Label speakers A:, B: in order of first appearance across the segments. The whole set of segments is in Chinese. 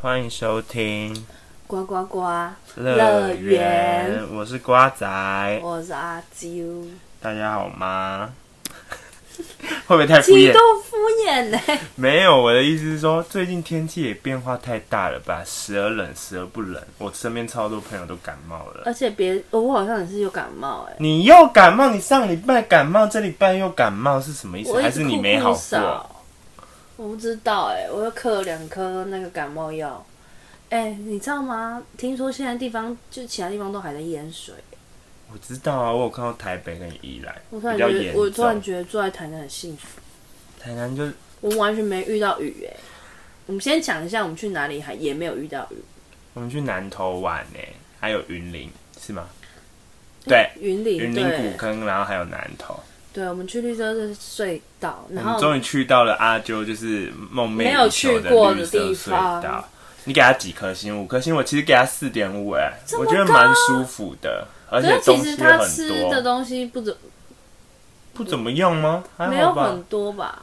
A: 欢迎收听
B: 呱呱呱！
A: 乐
B: 乐园，
A: 我是瓜仔，
B: 我是阿啾，
A: 大家好吗？ 会不会太敷
B: 极
A: 衍
B: 度？敷衍呢、
A: 没有，我的意思是说，最近天气也变化太大了吧，时而冷，时而不冷。我身边超多朋友都感冒了。
B: 而且别，哦我好像也是有感冒哎、
A: 你又感冒，你上礼拜感冒，这礼拜又感冒，是什么意思？
B: 我一
A: 还
B: 直
A: 是你
B: 酷
A: 没
B: 酷
A: 好过？
B: 少我不知道哎、我又嗑了两颗那个感冒药。哎、你知道吗？听说现在地方就其他地方都还在淹水，
A: 我知道啊，我有看到台北跟宜兰
B: 我突然
A: 比
B: 觉
A: 较
B: 得，
A: 严
B: 我突然
A: 重，
B: 觉得住在台南很幸福，
A: 台南就
B: 我们完全没遇到雨哎、我们先讲一下我们去哪里还也没有遇到雨，
A: 我们去南投玩呢、还有云林是吗？
B: 嗯
A: 对，
B: 云林
A: 云林古
B: 对
A: 坑，然后还有南投。
B: 对，我们去绿洲的隧道，
A: 我
B: 然
A: 们
B: 后
A: 终于去到了阿啾就是梦寐
B: 没有
A: 以求
B: 去过
A: 绿
B: 的
A: 色
B: 地
A: 隧
B: 方
A: 道。你给他几颗星？五颗星？我其实给他四点五，哎，
B: 这
A: 我
B: 么
A: 觉得
B: 高
A: 蛮舒服的，而且
B: 可是
A: 东
B: 其
A: 西也
B: 实他吃的
A: 很多。
B: 东西不怎
A: 不怎么样吗？还
B: 没
A: 好
B: 有
A: 吧
B: 很，多吧？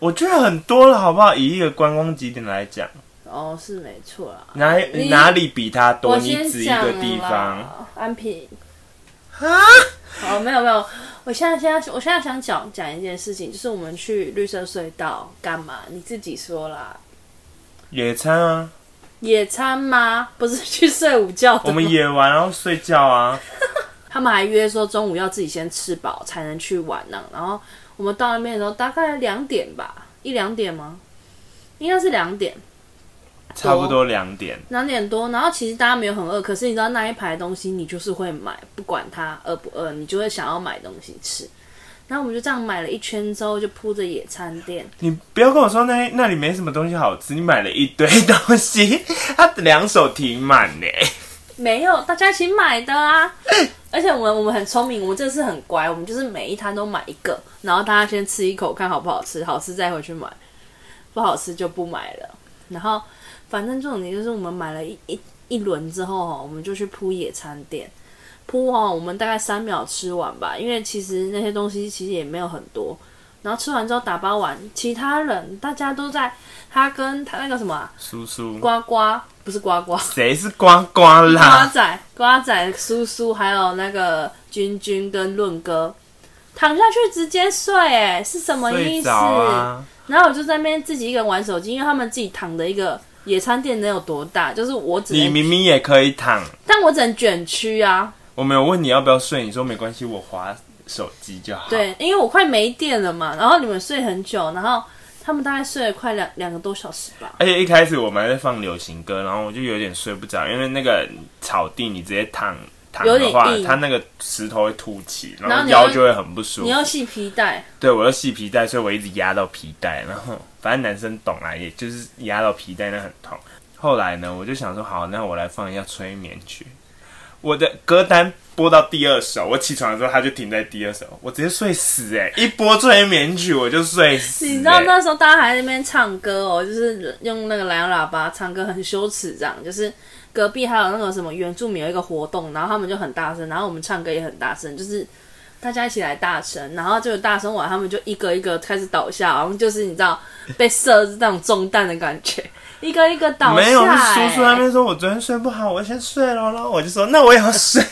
A: 我觉得很多了，好不好？以一个观光景点来讲，
B: 哦，是没错啦。
A: 哪
B: 你
A: 哪里比它多？
B: 我
A: 你
B: 先
A: 指一
B: 讲
A: 个地方，
B: 啦，安平。啊？哦，没有没有，我现在现在我现在想讲讲一件事情，就是我们去绿色隧道干嘛？你自己说啦。
A: 野餐啊，
B: 野餐吗？ 不是去睡午觉的吗
A: 我们野完然后睡觉啊，
B: 他们还约说中午要自己先吃饱才能去玩呢、然后我们到那边的时候大概两点吧，一两点吗？应该是两点。
A: 差不多两点。
B: 两点多，然后其实大家没有很饿，可是你知道那一排东西你就是会买，不管它饿不饿，你就会想要买东西吃。然后我们就这样买了一圈之后，就铺着野餐垫，
A: 你不要跟我说那那里没什么东西好吃，你买了一堆东西，他两手提满呢。
B: 没有大家一起买的啊。而且我们我们很聪明，我们这次很乖，我们就是每一摊都买一个，然后大家先吃一口看好不好吃，好吃再回去买，不好吃就不买了。然后反正重点就是我们买了一一一轮之后哦，我们就去铺野餐垫，铺哦，我们大概三秒吃完吧，因为其实那些东西其实也没有很多。然后吃完之后打包完，其他人大家都在他跟他那个什么啊
A: 叔叔，
B: 呱呱，不是呱呱，
A: 谁是呱呱
B: 瓜
A: 啦？
B: 仔、瓜仔、叔叔，还有那个君君跟论哥，躺下去直接睡、哎，是什么意
A: 睡
B: 思？
A: 着啊！
B: 然后我就在那边自己一个人玩手机，因为他们自己躺的一个野餐垫能有多大？就是我只
A: 你
B: 能，
A: 明明也可以躺。
B: 但我只能卷区啊。
A: 我没有问你要不要睡，你说没关系，我划手机就好。，
B: 对，因为我快没电了嘛。然后你们睡很久，然后他们大概睡了快两两个多小时吧。
A: 而且一开始我们还在放流行歌，然后我就有点睡不着，因为那个草地你直接躺躺
B: 有
A: 的
B: 点
A: 话，
B: 硬
A: 它那个石头会凸起，然
B: 然后
A: 后
B: 你
A: 腰
B: 又
A: 就会很不舒
B: 你
A: 服。
B: 要系皮带，
A: 对我又系皮带，所以我一直压到皮带，然后反正男生懂啦，也就是压到皮带那很痛。后来呢，我就想说，好，那我来放一下催眠曲。我的歌单播到第二首，我起床的时候它就停在第二首，我直接睡死哎、一播催眠曲我就睡死、欸。
B: 你知道那时候大家还在那边唱歌哦，就是用那个蓝牙喇叭唱歌，很羞耻这样。就是隔壁还有那个什么原住民有一个活动，然后他们就很大声，然后我们唱歌也很大声，就是大家一起来大声，然后就有大声完，他们就一个一个开始倒下，然后就是你知道被射那种中弹的感觉， 一个一个倒下、
A: 没有，是
B: 哎
A: 叔叔那边说，我昨天睡不好，我先睡了，然后我就说，那我也要睡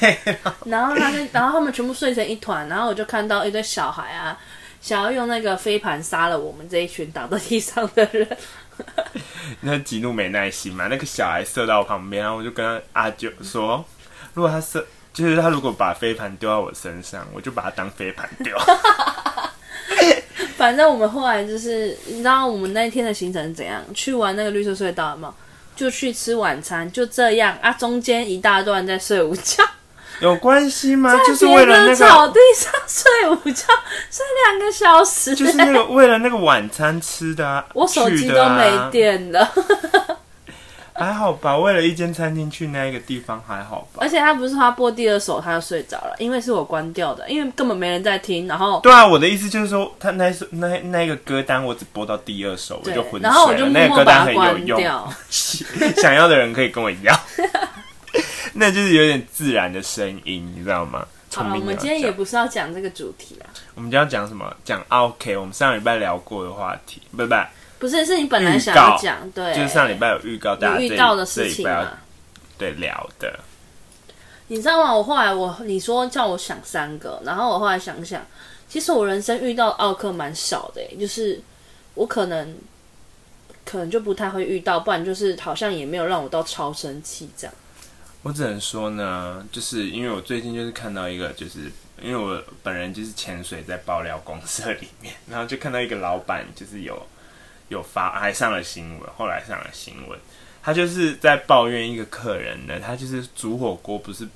A: 了。
B: 然后他就，然后他们全部睡成一团，然后我就看到一堆小孩啊，想要用那个飞盘杀了我们这一群倒在地上的人。
A: 那吉怒没耐心嘛，那个小孩射到我旁边，然后我就跟阿九说，如果他射，就是他如果把飞盘丢到我身上，我就把它当飞盘丢。
B: 反正我们后来就是，你知道我们那一天的行程是怎样？去玩那个绿色隧道嘛，就去吃晚餐，就这样啊，中间一大段在睡午觉，
A: 有关系吗？ 就是
B: 别
A: 为了
B: 的
A: 那
B: 草
A: 个，
B: 地上睡午觉，睡两个小时，
A: 就是那个为了那个晚餐吃的啊，
B: 我手机
A: 去
B: 都
A: 的啊
B: 没，电了，
A: 啊还好吧？为了一间餐厅去那一个地方还好吧？
B: 而且他不是他播第二首他就睡着了，因为是我关掉的，因为根本没人在听，然后。
A: 对啊，我的意思就是说，他那一首那那个歌单我只播到第二首，我
B: 对
A: 就昏，睡
B: 然后我
A: 了。
B: 就默
A: 那个
B: 默
A: 歌单
B: 把它
A: 很有
B: 关
A: 用，
B: 掉。
A: 想要的人可以跟我要， 那就是有点自然的声音，你知道吗？
B: 好
A: 聪
B: 了，
A: 明
B: 我们
A: 鸟
B: 今天也
A: 讲
B: 不是要讲这个主题啦，
A: 我们今天要讲什么？讲 OK，我们上礼拜聊过的话题，不不，
B: 不是，是你本来想
A: 预
B: 要
A: 告
B: 讲，对，
A: 就是上礼拜有预告大家
B: 你
A: 这
B: 遇
A: 一
B: 到的
A: 这
B: 事
A: 礼
B: 情啊
A: 拜
B: 嘛
A: 要。对聊的，
B: 你知道吗？我后来我你说叫我想三个，然后我后来想想，其实我人生遇到奥克蛮少的、就是我可能可能就不太会遇到，不然就是好像也没有让我到超生气这样。
A: 我只能说呢，就是因为我最近就是看到一个，就是因为我本人就是潜水在爆料公社里面，然后就看到一个老板就是有有发还上了新闻，后来上了新闻，他就是在抱怨一个客人呢，他就是煮火锅不是。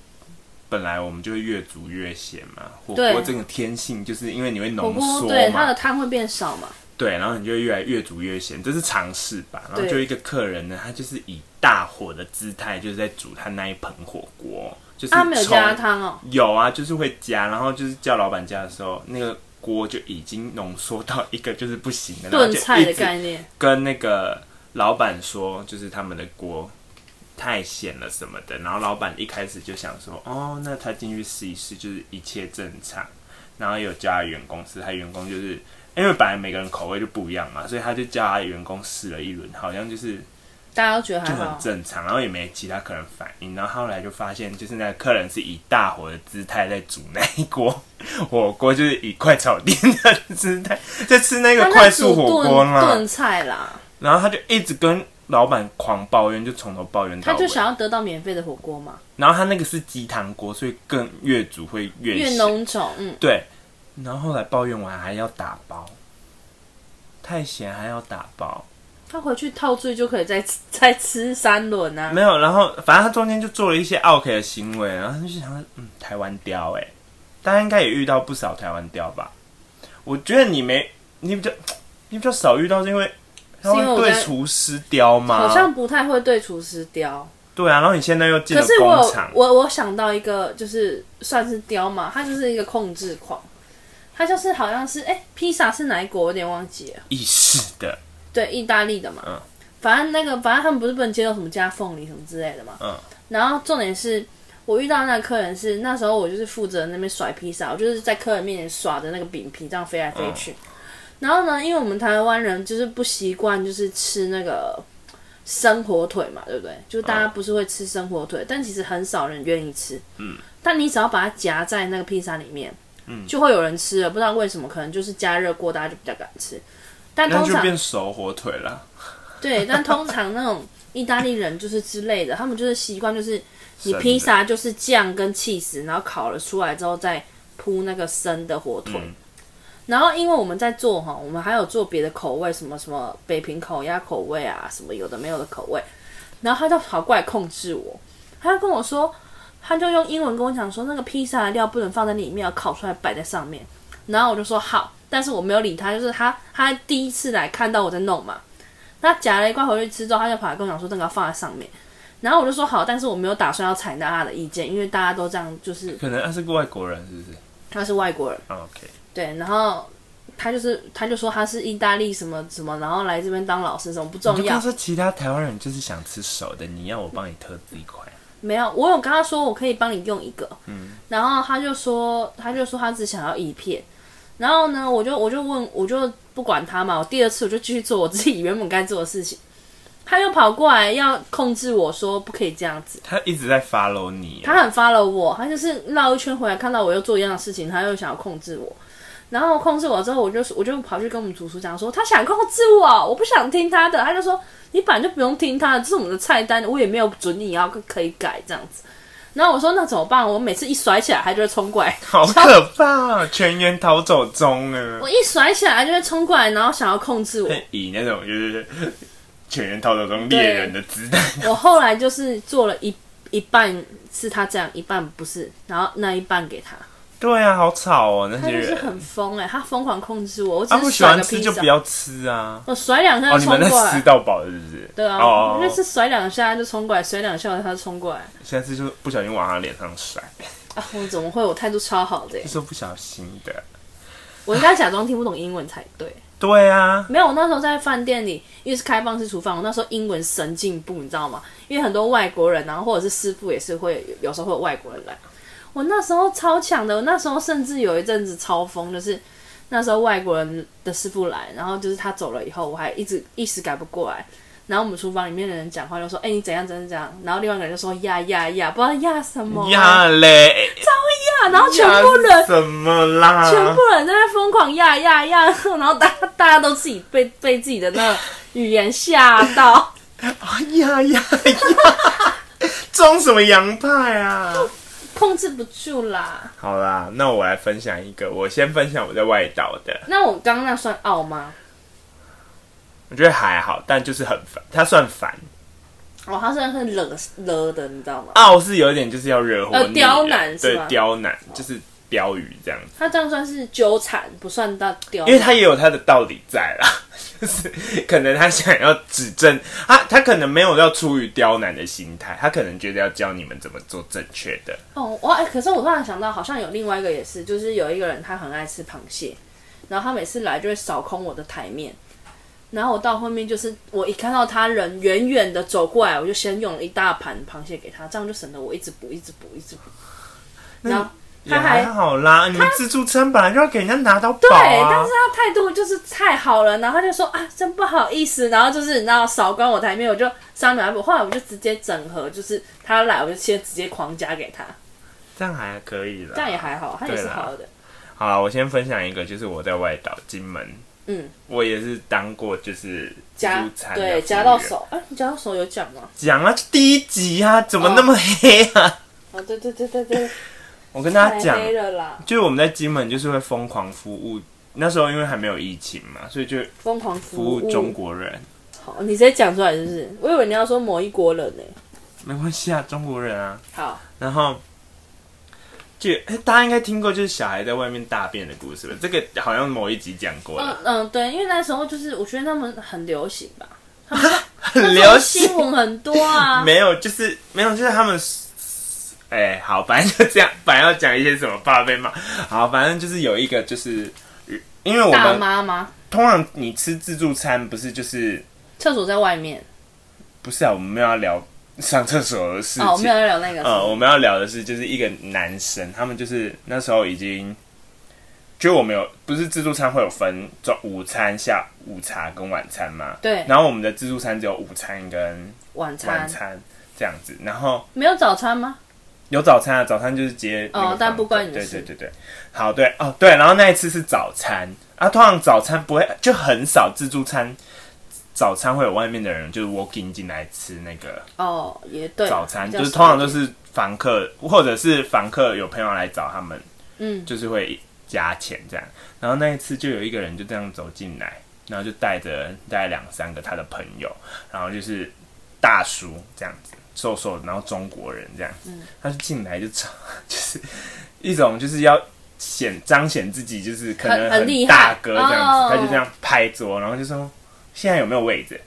A: 本来我们就会越煮越咸嘛，火锅
B: 对
A: 这个天性就是因为你会
B: 火
A: 浓
B: 锅
A: 缩
B: 对它
A: 嘛
B: 的，汤会变少嘛？
A: 对，然后你就越来越煮越咸，这是常识吧。然后
B: 对
A: 就一个客人呢，他就是以大火的姿态，就是在煮他那一盆火锅，就是
B: 啊，没有加
A: 从
B: 汤哦，
A: 有啊，就是会加，然后就是叫老板加的时候，那个锅就已经浓缩到一个就是不行的，然后
B: 炖
A: 就
B: 菜的
A: 一直
B: 概念。
A: 跟那个老板说，就是他们的锅太咸了什么的。然后老板一开始就想说，哦，那他进去试一试，就是一切正常。然后有叫他员工试，他员工就是因为本来每个人口味就不一样嘛，所以他就叫他员工试了一轮，好像就是
B: 大家都觉得还
A: 就很
B: 好，
A: 正常，然后也没其他客人反应。然后后来就发现，就是那个客人是以大火的姿态在煮那一锅火锅，就是以快炒店的姿态在吃那个
B: 但它
A: 啊快速
B: 煮
A: 火
B: 炖
A: 锅嘛。
B: 炖菜啦，
A: 然后他就一直跟老板狂抱怨，就从头抱怨到
B: 他
A: 尾。
B: 就想要得到免费的火锅嘛，
A: 然后他那个是鸡汤锅，所以更越煮会越
B: 越
A: 咸
B: 浓稠，嗯，
A: 对，然后后来抱怨完还要打包，太咸还要打包。
B: 他回去套醉就可以再吃再吃三轮啊。
A: 没有，然后反正他中间就做了一些 OK 的行为，然后他就想说，嗯，台湾雕哎、大家应该也遇到不少台湾雕吧？我觉得你没，你比较，你比较少遇到，是因为他
B: 是因为
A: 会
B: 我
A: 对
B: 在
A: 厨师雕吗？
B: 好像不太会对厨师雕，
A: 对啊，然后你现在又进
B: 可
A: 了
B: 是我
A: 工
B: 有
A: 厂，
B: 我我想到一个，就是算是雕嘛，他就是一个控制狂，他就是好像是哎、披萨是哪一国？我有点忘记了，
A: 意式的。
B: 对，意大利的嘛。
A: 嗯
B: 反正那个，反正他们不是不能接受什么加凤梨什么之类的嘛。
A: 嗯
B: 然后重点是我遇到那个客人是那时候我就是负责那边甩披萨，我就是在客人面前耍着那个饼皮这样飞来飞去。
A: 嗯
B: 然后呢，因为我们台湾人就是不习惯就是吃那个生火腿嘛，对不对？就大家不是会吃生火
A: 嗯
B: 腿，但其实很少人愿意吃。嗯。但你只要把它夹在那个披萨里面，嗯，就会有人吃了。不知道为什么，可能就是加热过，大家就比较敢吃。但
A: 那
B: 通
A: 就
B: 常
A: 变熟火腿了，
B: 对，但通常那种意大利人就是之类的，他们就是习惯就是你
A: 生的
B: 披萨就是酱跟气死，然后烤了出来之后再铺那个生的火腿。
A: 嗯
B: 然后，因为我们在做哈，我们还有做别的口味，什么什么北平烤鸭口味啊，什么有的没有的口味。然后他就跑过来控制我，他就跟我说，他就用英文跟我讲说，那个披萨的料不能放在里面，要烤出来摆在上面。然后我就说好，但是我没有理他，就是他他第一次来看到我在弄嘛，他夹了一块回去吃之后，他就跑来跟我讲说那个要放在上面，然后我就说好，但是我没有打算要采纳他的意见，因为大家都这样，就是
A: 可能他是个外国人，是不是
B: 他是外国人，
A: 啊？OK，
B: 对，然后他就是他就说他是意大利什么什么，然后来这边当老师什么不
A: 你
B: 重
A: 就跟他
B: 要，
A: 说其他台湾人就是想吃熟的，你要我帮你特制一块，
B: 没有，我有跟他说我可以帮你用一个，然后他就说他就说他只想要一片，然后呢，我就我就问我就不管他嘛，我第二次我就继续做我自己原本该做的事情，他又跑过来要控制我说不可以这样子。
A: 他一直在 follow 你，啊
B: 他很 follow 我，他就是绕一圈回来，看到我又做一样的事情，他又想要控制我。然后控制我之后，我就我就跑去跟我们厨师讲说，他想控制我，我不想听他的。他就说，你本来就不用听他的，这是我们的菜单，我也没有准你要可以改这样子。然后我说那怎么办？我每次一甩起来，他就会冲过来。
A: 好可怕，啊全员逃走中啊呢，
B: 我一甩起来，他就会冲过来，然后想要控制我。
A: 以那种就是全员逃走中猎人的姿态，
B: 我后来就是做了一一半是他这样，一半不是，然后那一半给他。
A: 对啊，好吵哦，那
B: 他
A: 些
B: 就是
A: 人，
B: 很疯哎、他疯狂控制我。我只
A: 他
B: 是
A: 不喜
B: 甩
A: 欢
B: 个
A: 吃
B: 披
A: 就
B: 萨。
A: 不要吃啊，
B: 我甩两下
A: 哦，
B: 就
A: 你
B: 冲
A: 们在
B: 过来，
A: 吃到饱是不是？
B: 对啊，
A: 哦
B: 我就是甩两下就冲过来，甩两下他就冲过来。
A: 下次就不小心往他脸上甩，
B: 啊，我怎么会？我态度超好的耶、欸
A: 就是不小心的，
B: 我应该假装听不懂英文才对。
A: 对啊，
B: 没有，我那时候在饭店里，因为是开放式厨房，我那时候英文神进步，你知道吗？因为很多外国人，然后或者是师傅也是会有时候会有外国人来。我那时候超强的，我那时候甚至有一阵子超疯，就是那时候外国人的师傅来，然后就是他走了以后，我还一直一时改不过来。然后我们厨房里面的人讲话就说：“哎、你怎样怎样怎样。”然后另外一个人就说：“呀呀呀，不知道呀什么呀
A: 呀嘞，
B: 呀。”然后全部
A: 呀
B: 人
A: 什么啦？
B: 全部人在那疯狂呀呀呀，然后大大家都自己被被自己的那个语言吓到。
A: 啊呀呀呀！ 装什么洋派啊？
B: 控制不住啦。
A: 好啦，那我来分享一个，我先分享我在外岛的，
B: 那我刚刚那算傲吗？
A: 我觉得还好，但就是很烦，它算烦。
B: 哦，他算是惹惹的，你知道吗？
A: 傲是有点就是要惹火你、
B: 呃刁难是
A: 对
B: 吧，
A: 刁难就是标语这样子，
B: 他这样算是纠缠，不算到丢。
A: 因为他也有他的道理在啦， 就是可能他想要指正他，他可能没有要出于刁难的心态，他可能觉得要教你们怎么做正确的。
B: 哦，哇、哎可是我突然想到，好像有另外一个也是，就是有一个人他很爱吃螃蟹，然后他每次来就会扫空我的台面。然后我到后面就是，我一看到他人远远的走过来，我就先用了一大盘螃蟹给他，这样就省得我一直补、一直补、一直补。然后
A: 也
B: 他还
A: 还好啦，你们自助餐本来就要给人家拿到
B: 对，
A: 饱啊。
B: 但是他态度就是太好了，然后他就说啊，真不好意思，然后就是你知道扫光我台面，我就三秒还不，后来我就直接整合，就是他来我就先直接狂加给他，
A: 这样还可以啦。
B: 这样也还好，他也是
A: 对啦
B: 好的，
A: 好啦，我先分享一个，就是我在外岛金门，
B: 嗯，
A: 我也是当过就是自
B: 加
A: 助餐的
B: 对
A: 服务
B: 加到
A: 员。
B: 手，哎、你加到手有讲吗？
A: 讲啊，第一集啊，怎么那么黑 啊？
B: 哦，对对对对对，
A: 我跟大家
B: 太
A: 讲，
B: 黑了啦，
A: 就是我们在金门就是会疯狂服务，那时候因为还没有疫情嘛，所以就
B: 疯狂
A: 服
B: 服
A: 务中，国人。
B: 好，你直接讲出来是不是？我以为你要说某一国人呢、
A: 没关系啊，中国人啊。
B: 好，
A: 然后就哎大家应该听过就是小孩在外面大便的故事吧？这个好像某一集讲过
B: 嗯
A: 了，
B: 嗯，对，因为那时候就是我觉得他们很流行吧，
A: 很流
B: 新
A: 行。
B: 闻很多 啊，
A: 没有，就是没有，就是他们，哎、好，反正就这样， 反正要讲一些什么怕被骂，好，反正就是有一个就是，因为我
B: 大
A: 们
B: 妈吗？
A: 通常你吃自助餐不是就是
B: 厕所在外面。
A: 不是啊，我们没有要聊上厕所的事
B: 哦，我没
A: 情，
B: 有在聊那个。
A: 呃，我们要聊的是就是一个男生，他们就是那时候已经。就我们有不是自助餐会有分中午餐、下午茶跟晚餐嘛？
B: 对
A: 然后我们的自助餐只有午餐跟
B: 晚餐
A: 晚餐这样子，然后
B: 没有早餐吗？
A: 有早餐啊，早餐就是接那个
B: 哦但
A: 房
B: 不关你的
A: 对
B: 事
A: 对对对，好对哦对，然后那一次是早餐啊，通常早餐不会就很少自助餐，早餐会有外面的人就是 walking 进来吃那个
B: 哦，也对，
A: 早餐，
B: 比较
A: 就是通
B: 少
A: 常
B: 一点
A: 都是房客或者是房客有朋友来找他们，
B: 嗯，
A: 就是会加钱这样。然后那一次就有一个人就这样走进来，然后就带着大概两三个他的朋友，然后就是大叔这样子，瘦瘦的，然后中国人这样子，
B: 嗯
A: 他就进来就超就是一种就是要。显彰显自己就是可能
B: 很很厉害
A: 大哥这样子，
B: 哦
A: 他就这样拍桌，然后就说现在有没有位置？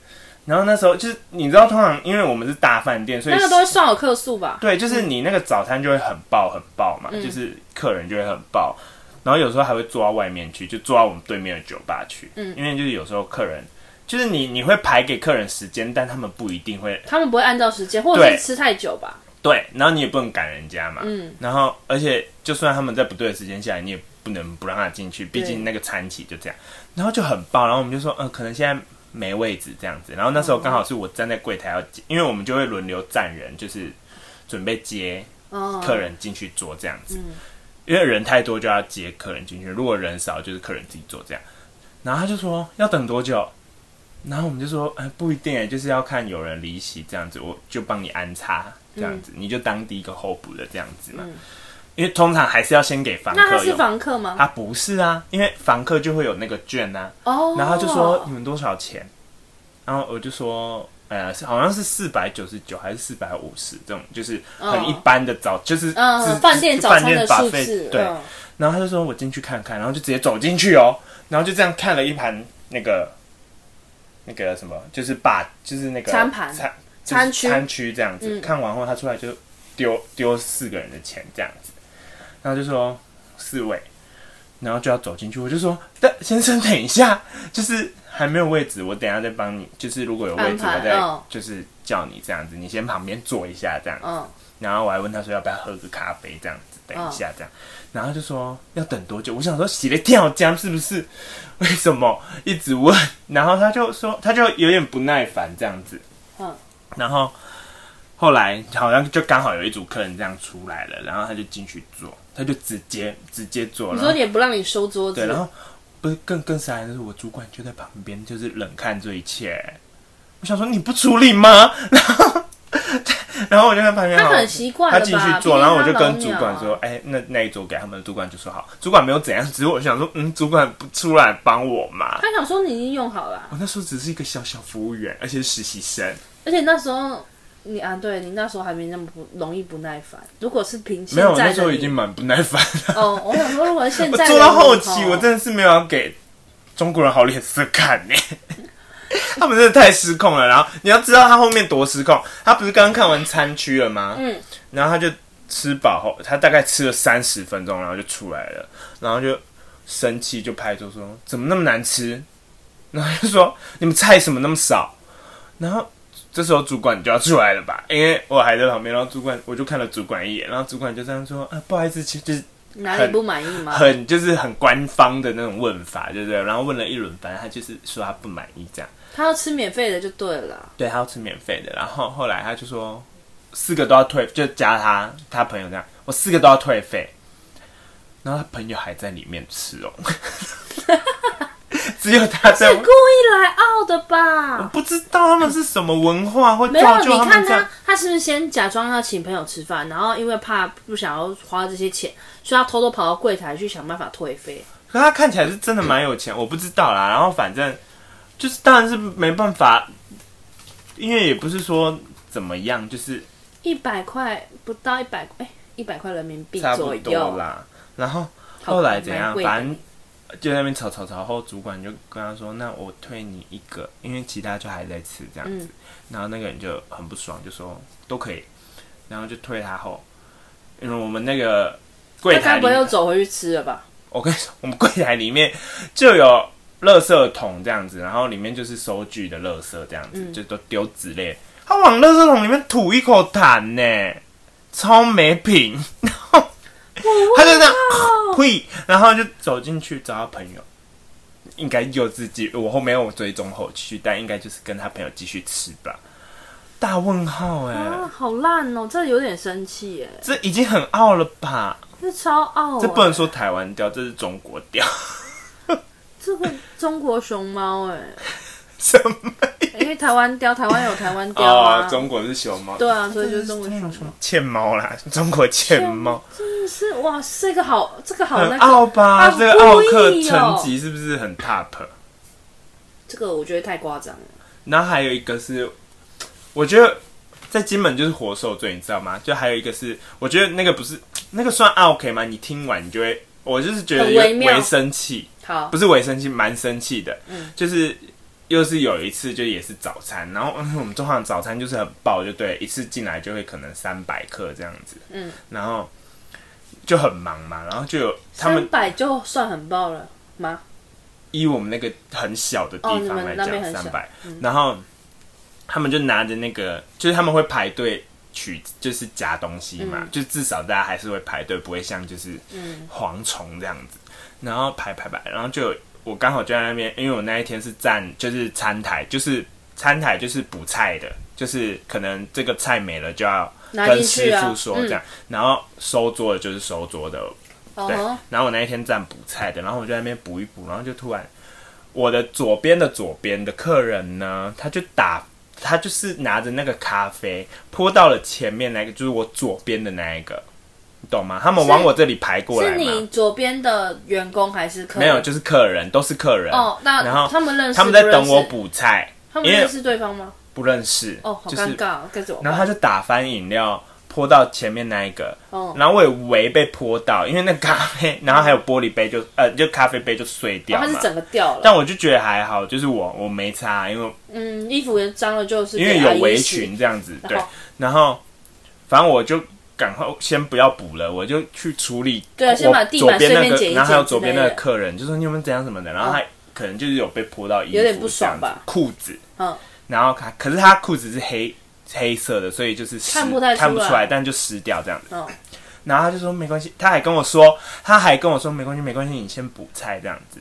A: 然后那时候就是你知道，通常因为我们是大饭店，所以
B: 那个都会算我客数吧？
A: 对，就是你那个早餐就会很爆很爆嘛，
B: 嗯
A: 就是客人就会很爆，然后有时候还会坐到外面去，就坐到我们对面的酒吧去，
B: 嗯
A: 因为就是有时候客人，就是你你会排给客人时间，但他们不一定会
B: 他们不会按照时间，或者是
A: 对
B: 吃太久吧？
A: 对，然后你也不能赶人家嘛，
B: 嗯，
A: 然后而且就算他们在不对的时间下来，你也不能不让他进去，毕竟那个餐期就这样，然后就很爆，然后我们就说，嗯、可能现在。没位置这样子，然后那时候
B: 哦
A: 刚好是我站在柜台要接，因为我们就会轮流站人，就是准备接
B: 哦，
A: 客人进去坐这样子，
B: 嗯
A: 因为人太多就要接客人进去，如果人少就是客人自己坐这样。然后他就说要等多久，然后我们就说，哎、不一定耶，就是要看有人离席这样子，我就帮你安插这样
B: 嗯
A: 子，你就当第一个候补的这样子嘛。因为通常还是要先给房
B: 那他
A: 客
B: 是
A: 用，
B: 房客吗？
A: 他不是啊，因为房客就会有那个券啊，
B: 哦，
A: 然后他就说你们多少钱？然后我就说，呃，是好像是四百九十九还是四百五十这种，就是很一般的早，就是只
B: 嗯，饭店
A: 只
B: 早餐的数
A: 饭店 buffet，
B: 字，
A: 对。
B: 嗯
A: 然后他就说我进去看看，然后就直接走进去哦，然后就这样看了一盘那个那个什么，就是把就是那个
B: 餐盘
A: 餐就是
B: 餐区
A: 餐区这样子。
B: 嗯
A: 看完后他出来就丢丢四个人的钱这样子，然后就说四位，然后就要走进去，我就说但先生等一下，就是还没有位置，我等一下再帮你，就是如果有位置
B: 安排
A: 我再
B: 嗯
A: 就是叫你这样子，你先旁边坐一下这样子。
B: 嗯，
A: 然后我还问他说要不要喝个咖啡这样子，等一下这样，然后他就说要等多久？我想说洗了跳江是不是？为什么一直问？然后他就说他就有点不耐烦这样子，
B: 嗯，
A: 然后后来好像就刚好有一组客人这样出来了，然后他就进去坐，他就直接直接坐，
B: 你
A: 然
B: 说
A: 后
B: 你也不让你收桌
A: 对，然
B: 子，
A: 后不是更更傻眼的是，我主管就在旁边，就是冷看这一切。我想说你不处理吗？然后， 然后我就在旁边，
B: 他
A: 好
B: 很习惯了
A: 他
B: 吧？
A: 进去
B: 毕竟
A: 做，然后我就
B: 他老
A: 跟主管
B: 鸟啊
A: 说，，哎、那那一桌给他们，主管就说好，主管没有怎样，只是我想说，嗯，主管不出来帮我嘛。
B: 他想说你已经用好了，
A: 我那时候只是一个小小服务员，而且是实习生，
B: 而且那时候你啊，对你那时候还没那么不容易不耐烦。如果是凭现
A: 没有，我
B: 在
A: 那
B: 的
A: 时候
B: 你
A: 已经蛮不耐烦了。
B: 哦，我想说如果是 现
A: 我
B: 在
A: 做到
B: 的你
A: 后期，
B: 哦
A: 我真的是没有要给中国人好脸色看呢、 他们真的太失控了。然后你要知道他后面多失控，他不是刚刚看完餐区了吗？
B: 嗯，
A: 然后他就吃饱后，他大概吃了三十分钟，然后就出来了，然后就生气就拍桌说：“怎么那么难吃？”然后就说：“你们菜什么那么少？”然后这时候主管就要出来了吧？因为我还在旁边，然后主管我就看了主管一眼，然后主管就这样说：“啊，不好意思，其实就是
B: 哪里不满意吗？
A: 很就是很官方的那种问法，对不对？然后问了一轮，反正他就是说他不满意这样。
B: 他要吃免费的就对了啦。
A: 对他要吃免费的，然后后来他就说四个都要退，就加他他朋友这样，我四个都要退费。然后他朋友还在里面吃哦， 只有他在
B: 是。故意来傲的
A: 我
B: 吧？
A: 不知道他们是什么文化，会
B: 没有，
A: 造就
B: 你
A: 们
B: 看
A: 这样
B: 他。，他是不是先假装要请朋友吃饭，然后因为怕不想要花这些钱，所以他偷偷跑到柜台去想办法退费。
A: 可他看起来是真的蛮有钱，我不知道啦。然后反正就是当然是没办法，因为也不是说怎么样，就是
B: 一百块不到一百，哎，一百块人民币
A: 差
B: 左
A: 不
B: 右
A: 多。啦。然后
B: 好
A: 后来怎
B: 蛮
A: 样？
B: 贵的
A: 反正就在那边吵吵吵，后主管就跟他说：“那我退你一个，因为其他就还在吃这样子。
B: 嗯
A: 然后那个人就很不爽，就说：“都可以。”然后就退他后，因为我们那个柜
B: 他
A: 台
B: 该
A: 里
B: 不会又走回去吃了吧？
A: 我跟你 说，我们柜台里面就有垃圾桶这样子，然后里面就是收据的垃圾这样子，
B: 嗯
A: 就都丢纸类。他往垃圾桶里面吐一口痰呢、超没品。然后他就这样呸，然后就走进去找他朋友，应该又自己我后面有追踪后续，但应该就是跟他朋友继续吃吧。大问号哎、
B: 啊，好烂哦，这有点生气耶，
A: 这已经很傲了吧？
B: 这超傲、啊
A: 这不能，说台湾调，这是中国调。
B: 这个中国熊猫哎，
A: 什么？
B: 因为台湾雕，台湾有台湾雕
A: 哦，
B: 啊，
A: 中国是熊猫，
B: 对啊，所以就是中国熊猫。
A: 欠猫啦， 中国欠猫，
B: 真的是哇，这个好，这个好
A: 很
B: 那个，
A: 傲吧？
B: 好
A: 这个奥
B: 故意
A: 克
B: 哦
A: 成绩是不是很 top？
B: 这个我觉得太夸张了。
A: 然后还有一个是，我觉得在金门就是活受罪，你知道吗？就还有一个是，我觉得那个不是那个算 OK 吗？你听完你就会，我就是觉得
B: 很
A: 有
B: 微妙
A: 微生气，
B: 好，
A: 不是微生气，蛮生气的。
B: 哦嗯
A: 就是又是有一次，就也是早餐，然后、嗯我们中行早餐就是很爆，就对，一次进来就会可能三百克这样子，
B: 嗯，
A: 然后就很忙嘛，然后就有他
B: 三
A: 们
B: 百就算很爆了吗？
A: 以我们那个很小的地
B: 哦
A: 方
B: 你
A: 来
B: 们那
A: 讲
B: 边很小嗯
A: 三百、然后他们就拿着那个，就是他们会排队取，就是夹东西嘛，
B: 嗯
A: 就至少大家还是会排队，不会像就是
B: 嗯
A: 蝗虫这样子，然后排排排，然后就有我刚好就在那边，因为我那一天是站就是餐台，就是餐台就是补菜的，就是可能这个菜没了就要
B: 拿
A: 跟
B: 进去
A: 师
B: 啊
A: 傅说这样，然后收桌的就是收桌的，
B: 哦
A: 对
B: 吼，
A: 然后我那一天站补菜的，然后我就在那边补一补，然后就突然我的左边的左边的客人呢，他就打。他就是拿着那个咖啡泼到了前面那个，就是我左边的那一个，你懂吗？他们往我这里排过来
B: 是
A: 嘛。
B: 你左边的员工还是客
A: 没
B: 人？
A: 有，就是客人，都是客人。
B: 哦，那
A: 然后
B: 他们认识，
A: 他们在等我，补菜，
B: 他们
A: 因为
B: 认识对方吗？
A: 不认识，
B: 哦，好
A: 就是
B: 尴，尬，该怎么
A: 然
B: 办？
A: 后他就打翻饮料泼到前面那一个，
B: 哦
A: 然后我也围被泼到，因为那咖啡，然后还有玻璃杯就呃就咖啡杯就碎掉
B: 嗯哦他
A: 嘛
B: 是。整个掉了，
A: 但我就觉得还好，就是我我没擦，因为
B: 嗯，衣服也脏了，就是
A: 因为
B: 给阿姨
A: 有围
B: 洗
A: 裙这样子，对
B: 然后，
A: 然后反正我就赶快先不要补了，我就去处理
B: 对啊
A: 我
B: 先把地板
A: 左边那
B: 随便
A: 个，
B: 捡一捡
A: 然后还有左边那
B: 之
A: 个
B: 类的
A: 客人就说你有没有怎样什么的，然后他
B: 哦
A: 可能就是有被泼到衣服，
B: 有点不爽吧，
A: 裤子，
B: 嗯
A: 然后他可是他裤子是黑黑色的，所以就是湿
B: 看不太出来
A: 看不出来，但就湿掉这样子。
B: 嗯
A: 然后他就说没关系，他还跟我说，他还跟我说没关系，没关系，你先补菜这样子。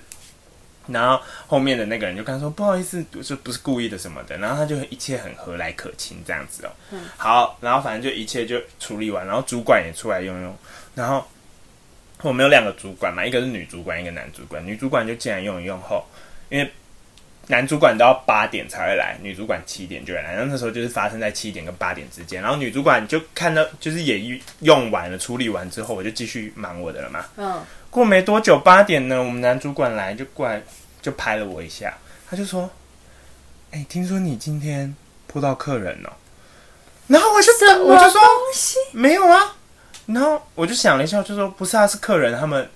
A: 然后后面的那个人就跟他说不好意思，我就不是故意的什么的。然后他就一切很和蔼可亲这样子哦、
B: 嗯
A: 好，然后反正就一切就处理完，然后主管也出来用用，然后我们有两个主管嘛，一个是女主管，一个男主管。女主管就进来用一用后，因为男主管都要八点才会来，女主管七点就会来。然后那时候就是发生在七点跟八点之间。然后女主管就看到，就是也用完了、处理完之后，我就继续忙我的了嘛。
B: 嗯，
A: 过没多久，八点呢，我们男主管来就过来就拍了我一下，他就说：“哎、听说你今天扑到客人了、然后我就
B: 什
A: 我
B: 么
A: 就
B: 东
A: 说
B: 西？
A: 没有啊，然后我就想了一下，就说不是啊，是客人他们，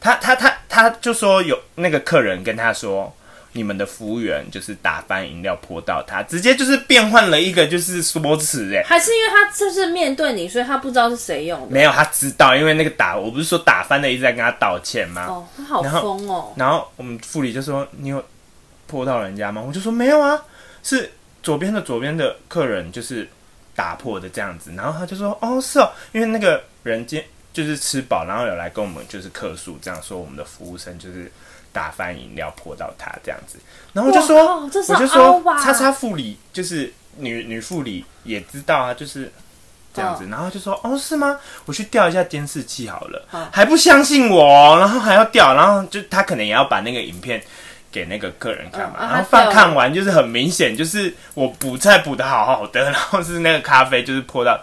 A: 他他他他就说有那个客人跟他说，你们的服务员就是打翻饮料泼到他，直接就是变换了一个就是说辞哎、
B: 还是因为他就是面对你，所以他不知道是谁用的。
A: 没有他知道，因为那个打我不是说打翻的一直在跟他道歉吗？
B: 哦，他好疯哦，
A: 然后我们副理就说：“你有泼到人家吗？”我就说：“没有啊，是左边的左边的客人就是打破的这样子。”然后他就说：“哦，是哦，因为那个人今就是吃饱，然后有来跟我们就是客诉，这样说我们的服务生就是打翻饮料泼到他这样子。”然后我就说
B: 哇靠：“这是
A: 我就
B: 凹
A: 说，
B: 吧
A: 叉叉副理就是女女副理也知道啊，就是。”这样子，
B: 嗯
A: 然后就说哦是吗？我去调一下监视器好了，
B: 嗯
A: 还不相信我哦，然后还要调，然后就他可能也要把那个影片给那个客人看嘛，
B: 嗯啊
A: 然后
B: 他调
A: 饭
B: 了
A: 看完就是很明显，就是我补菜补的好好的，然后是那个咖啡就是泼到，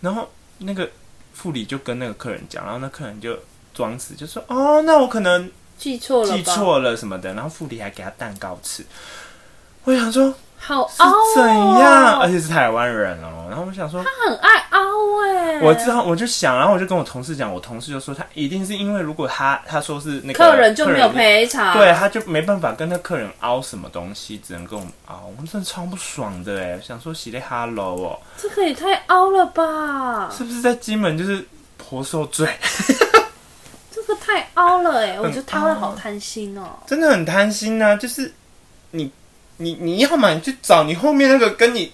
A: 然后那个副理就跟那个客人讲，然后那客人就装死就说哦，那我可能
B: 记错了吧？
A: 记，错了什么的，然后副理还给他蛋糕吃，我想说
B: 好
A: 是
B: 凹、哦，
A: 怎样，而且是台湾人哦，然后我想说。
B: 他很爱凹哎、
A: 我知道，我就想，然后我就跟我同事讲，我同事就说他一定是因为如果他他说是那个
B: 客人就没有，啊赔偿，
A: 对，，他就没办法跟那客人凹什么东西，只能跟我们凹，我们真的超不爽的哎，想说喜力哈喽哦，
B: 这个也太凹了吧？
A: 是不是在金门就是婆受罪，
B: 这个太凹了哎、我觉得台湾
A: 凹
B: 好贪心哦、
A: 真的很贪心呐、就是你你你要嘛你去找你后面那个跟你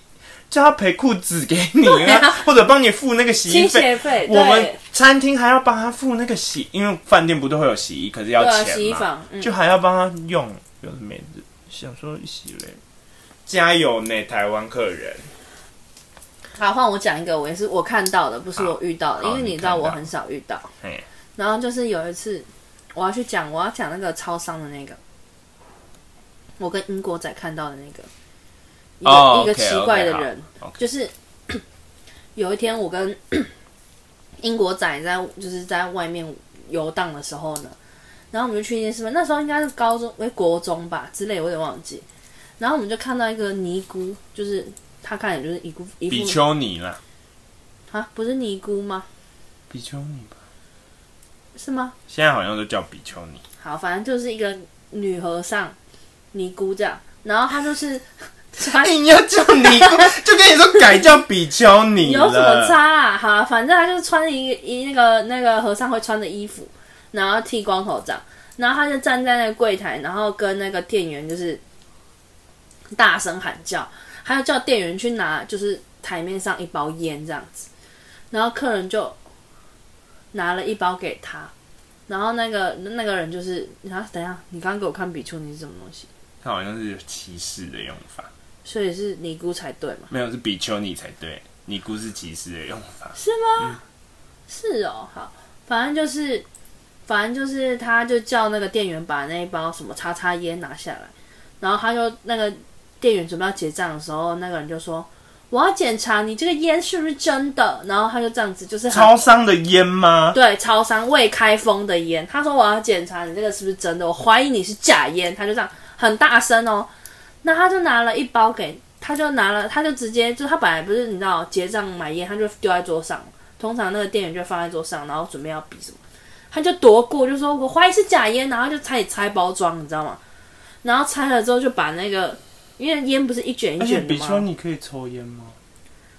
A: 叫他赔裤子给你
B: 对啊
A: 或者帮你付那个洗衣
B: 清
A: 费。
B: 洁费，
A: 我们
B: 对，
A: 餐厅还要帮他付那个洗，因为饭店不都会有洗衣，可是要
B: 对
A: 钱
B: 啊，
A: 嘛。
B: 洗衣房，嗯
A: 就，还要帮他用，有的没的，想说一起嘞，加油呢，台湾客人，
B: 嗯好，换我讲一个，我也是我看到的，不是我遇到的，
A: 好
B: 因为
A: 你
B: 你知道
A: 看
B: 我
A: 到
B: 很少遇到。
A: 嘿，
B: 然后就是有一次，我要去讲，我要讲那个超商的那个，我跟英国仔看到的那个，一个、
A: 哦
B: 一个
A: OK，OK，
B: 奇怪的人
A: 好，OK
B: 就是 有一天我跟 英国仔在就是在外面游荡的时候呢，然后我们就去一间什么，那时候应该是高中为国中吧之类，我有点忘记。然后我们就看到一个尼姑，就是他看起来就是一姑一
A: 比
B: 副
A: 丘尼啦，
B: 啊，不是尼姑吗？
A: 比丘尼吧，
B: 是吗？
A: 现在好像都叫比丘尼，
B: 好，反正就是一个女和尚、尼姑这样。然后她就是 穿
A: 硬哎要叫尼姑，就跟你说改叫比丘尼了，
B: 有什么差啊？好啊，反正她就是穿一个一那个那个和尚会穿的衣服，然后剃光头这样。然后她就站在那个柜台，然后跟那个店员就是大声喊叫，还要叫店员去拿就是台面上一包烟这样子。然后客人就拿了一包给他，然后那个那个人就是，然后等一下，你刚刚给我看比丘尼是什么东西？
A: 它好像是有歧视的用法，
B: 所以是尼姑才对嘛？
A: 没有是比丘尼才对，尼姑是歧视的用法，
B: 是吗？是哦，好，反正就是，反正就是，他就叫那个店员把那一包什么叉叉烟拿下来，然后他就那个店员准备要结账的时候，那个人就说：“我要检查你这个烟是不是真的。”然后他就这样子，就是很
A: 超商的烟吗？
B: 对超商未开封的烟，他说我要检查你这个是不是真的，我怀疑你是假烟，他就这样很大声哦。那他就拿了一包给，他就拿了，他就直接就他本来不是你知道结账买烟，他就丢在桌上，通常那个店员就放在桌上，然后准备要比什么，他就夺过就说我怀疑是假烟，然后就开始拆包装，你知道吗？然后拆了之后就把那个。因为烟不是一卷一
A: 而且
B: 卷的
A: 比
B: 吗？
A: 丘尼可以抽烟吗？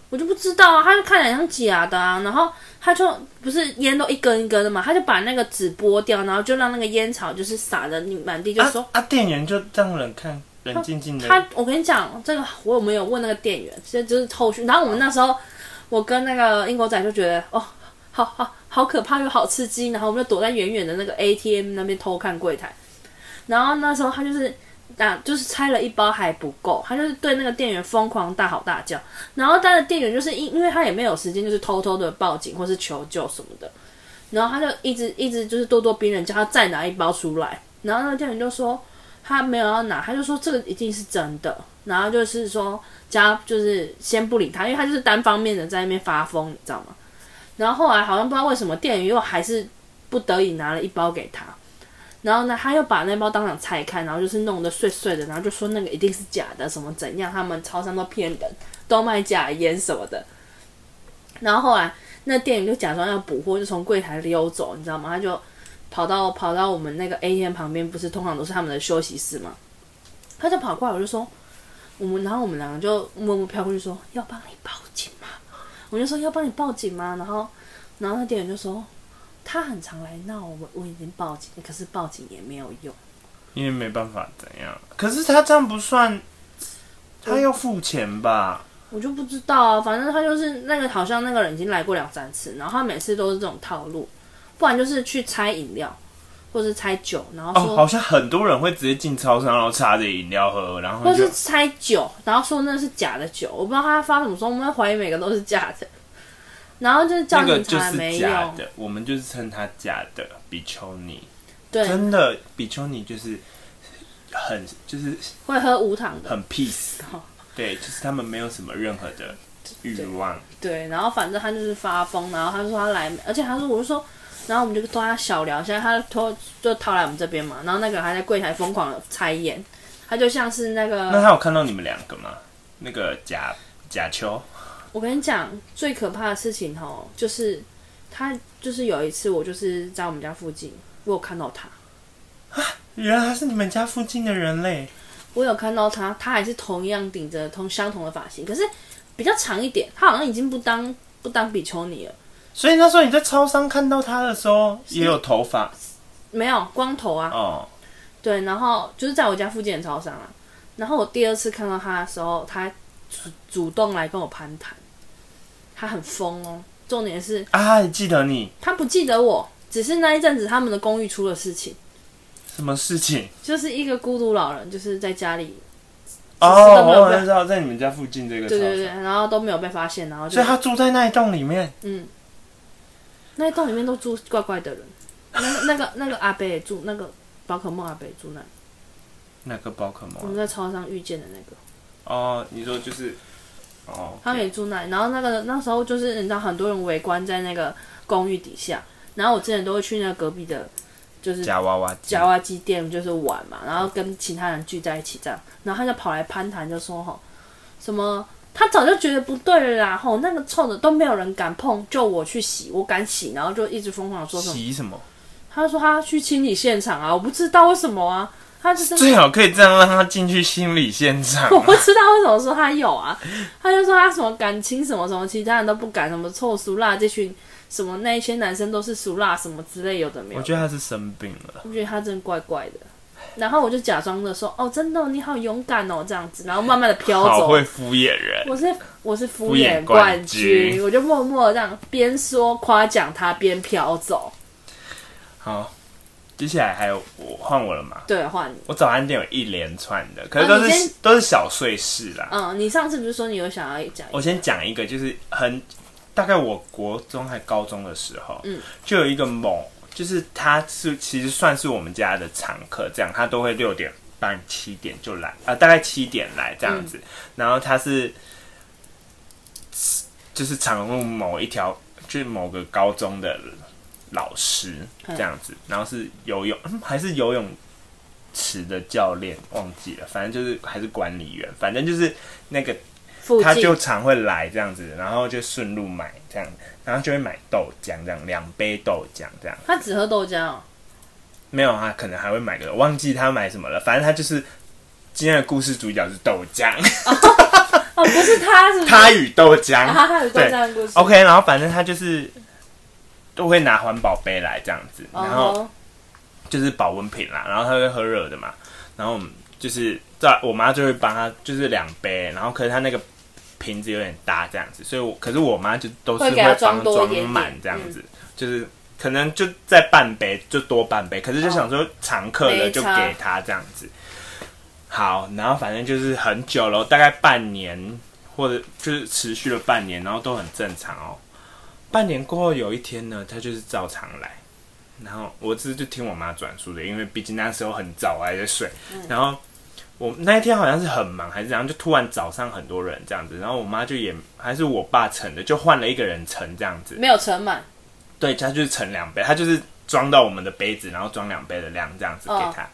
B: 我就不知道啊，他就看起来像假的啊，然后他就不是烟都一根一根的嘛，他就把那个
A: 啊
B: 纸剥掉，然后就让那个烟草就是撒的你满地，就说、
A: 啊啊，店员就让人看冷静静的，
B: 他，我跟你讲，这个我有没有问那个店员？这就是后续。然后我们那时候，我跟那个英国仔就觉得，哦，好好好可怕又好刺激。然后我们就躲在远远的那个 ATM 那边偷看柜台。然后那时候他就是打，就是拆了一包还不够，他就是对那个店员疯狂大吼大叫。然后他的店员就是因因为他也没有时间，就是偷偷的报警或是求救什么的。然后他就一直一直就是咄咄逼人，叫他再拿一包出来。然后那个店员就说。他没有要拿，他就说这个一定是真的，然后就是说家就是先不理他，因为他就是单方面的在那边发疯，你知道吗？然后后来好像不知道为什么店员又还是不得已拿了一包给他，然后呢他又把那包当场拆开，然后就是弄得碎碎的，然后就说那个一定是假的，什么怎样，他们超商都骗人，都卖假烟什么的。然后后来那店员就假装要补货，就从柜台溜走，你知道吗？他就跑到跑到我们那个 ATM 旁边，不是通常都是他们的休息室吗？他就跑过来，我就说，我们然后我们两个就默默飘过去说要帮你报警吗？我就说要帮你报警吗？然后然后那店员就说他很常来闹我，我已经报警了，可是报警也没有用。
A: 因为没办法怎样。可是他这样不算，他要付钱吧？
B: 我就不知道啊，反正他就是那个，好像那个人已经来过两三次，然后他每次都是这种套路，不然就是去拆饮料，或是拆酒，然后说、
A: 哦，好像很多人会直接进超商，然后插着饮料喝，然后
B: 或
A: 就是
B: 拆酒，然后说那是假的酒，我不知道他发什么疯，我们怀疑每个都是假的，然后就是叫
A: 那个
B: 警
A: 就
B: 察
A: 是
B: 没
A: 假
B: 用，
A: 的，我们就是称它假的比丘尼。
B: 对，
A: 真的比丘尼就是很就是
B: 会喝无糖的，
A: 很 peace，对，
B: 哦
A: 就是他们没有什么任何的欲望。
B: 对，然后反正他就是发疯，然后他就说他来，而且他说我就说，然后我们就跟他小聊一下，他偷就逃来我们这边嘛，然后那个还在柜台疯狂的猜烟，他就像是那个
A: 那他有看到你们两个吗？那个假假丘，
B: 我跟你讲，最可怕的事情哦，就是他就是有一次我就是在我们家附近，我有看到他，
A: 原来他是你们家附近的人类。
B: 我有看到他，他还是同样顶着同相同的发型，可是比较长一点，他好像已经不当不当比丘尼了，
A: 所以那时候你在超商看到他的时候，也有头发
B: 没有光头啊，
A: 哦，
B: 对，然后就是在我家附近的超商啊，然后我第二次看到他的时候，他主主动来跟我攀谈，他很疯哦，重点是
A: 啊，他还记得你
B: 他不记得我，只是那一阵子他们的公寓出了事情。
A: 什么事情？
B: 就是一个孤独老人，就是在家里，
A: 哦，
B: 都没有
A: 我好
B: 被
A: 像知道在你们家附近这个超
B: 对对对，
A: 商，
B: 然后都没有被发现，然后就
A: 所以他住在那一栋里面。
B: 嗯，那一栋里面都住怪怪的人，那个那个那个阿北也住，那个宝可梦阿北住那里，
A: 那个宝可
B: 我们
A: 梦
B: 在超商遇见的那个，
A: 哦，你说就是哦，
B: 他们也住那里，然后那个那时候就是你知道很多人围观在那个公寓底下，然后我之前都会去那个隔壁的，就是
A: 假娃娃机
B: 夹娃娃机店就是玩嘛，然后跟其他人聚在一起这样，然后他就跑来攀谈，就说吼什么，他早就觉得不对了啦，吼那个臭的都没有人敢碰，就我去洗，我敢洗，然后就一直疯狂地说什么，
A: 洗什么？
B: 他就说他去清理现场啊，我不知道为什么啊，他就是
A: 最好可以这样让他进去心理现场、
B: 我不
A: 啊。
B: 知道为什么说他有啊，他就说他什么感情什么什么，其他人都不敢，什么臭俗辣这群什么那一些男生都是俗辣什么之类，有的没有
A: 我
B: 的。
A: 觉得他是生病了，
B: 我觉得他真的怪怪的。然后我就假装的说：“哦，真的哦、你好勇敢哦，这样子。”然后慢慢的飘
A: 好
B: 走。
A: 会敷衍人。
B: 我是我是敷
A: 敷衍
B: 衍冠
A: 冠军
B: 我就默默地这样边说夸奖他边飘走。
A: 好，接下来还有我换我了嘛？
B: 对，换你。
A: 我早餐店有一连串的，可是都
B: 啊你
A: 是、
B: 先
A: 都是小碎事啦。
B: 嗯，你上次不是说你有想要讲？
A: 我先讲一个，就是很大概我国中还高中的时候，
B: 嗯，
A: 就有一个某，就是他是其实算是我们家的常客，这样他都会六点半七点就来，啊、大概七点来这样子，
B: 嗯
A: 然后他是就是常入某一条，就是某个高中的老师
B: 嗯
A: 这样子，然后是游泳、嗯还是游泳池的教练忘记了，反正就是还是管理员，反正就是那个
B: 附
A: 他就
B: 近
A: 常会来这样子，然后就顺路买这样，然后就会买豆浆这样，两杯豆浆这样。
B: 他只喝豆浆哦。
A: 没有他可能还会买个，忘记他买什么了。反正他就是今天的故事主角是豆 浆，
B: 哦，不是他，是不是？
A: 他与豆浆。
B: 啊，他有豆
A: 对
B: 浆的故事。
A: OK，然后反正他就是都会拿环保杯来这样子，然后
B: 哦，
A: 就是保温瓶啦，然后他会喝热的嘛，然后我们就是在我妈就会帮她，就是两杯，然后可是她那个瓶子有点大这样子，所以我可是我妈就都是
B: 会给她
A: 帮
B: 装多一
A: 装
B: 点点
A: 满这样子，就是可能就再半杯就多半杯，可是就想说常客的
B: 没
A: 就
B: 差
A: 给她这样子。好，然后反正就是很久了，大概半年或者就是持续了半年，然后都很正常哦。半年过后有一天呢，她就是照常来，然后我只是就听我妈转述的，因为毕竟那时候很早还在睡，然后我那一天好像是很忙还是怎样，就突然早上很多人这样子，然后我妈就也还是我爸盛的，就换了一个人盛这样子，
B: 没有盛满，
A: 对，他就是盛两杯，他就是装到我们的杯子，然后装两杯的量这样子给他，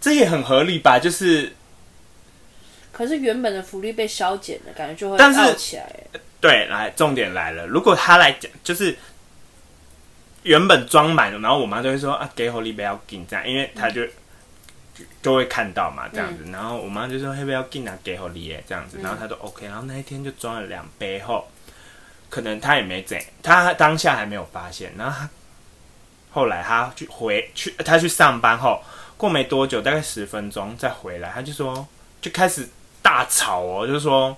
A: 这也很合理吧？就是
B: 可是原本的福利被削减了，感觉就会
A: 但是
B: 傲起来耶。
A: 对，来重点来了，如果他来讲就是。原本装满了，然后我妈就会说啊，给狐狸不要进这样，因为他就、就就会看到嘛这样子，然后我妈就说要不要进啊，给狐狸耶这样子，然后他就 OK，然后那一天就装了两杯后，可能他也没怎，他当下还没有发现，然后他后来他去回去，他去上班后，过没多久，大概十分钟再回来，他就说就开始大吵哦，就说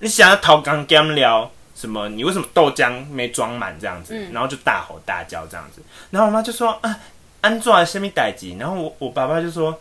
A: 你想要逃刚 g a 聊什么？你为什么豆浆没装满这样子？
B: 嗯
A: 然后就大吼大叫这样子，然后我妈就说啊，安怎的什么代志？然后我我爸爸就说。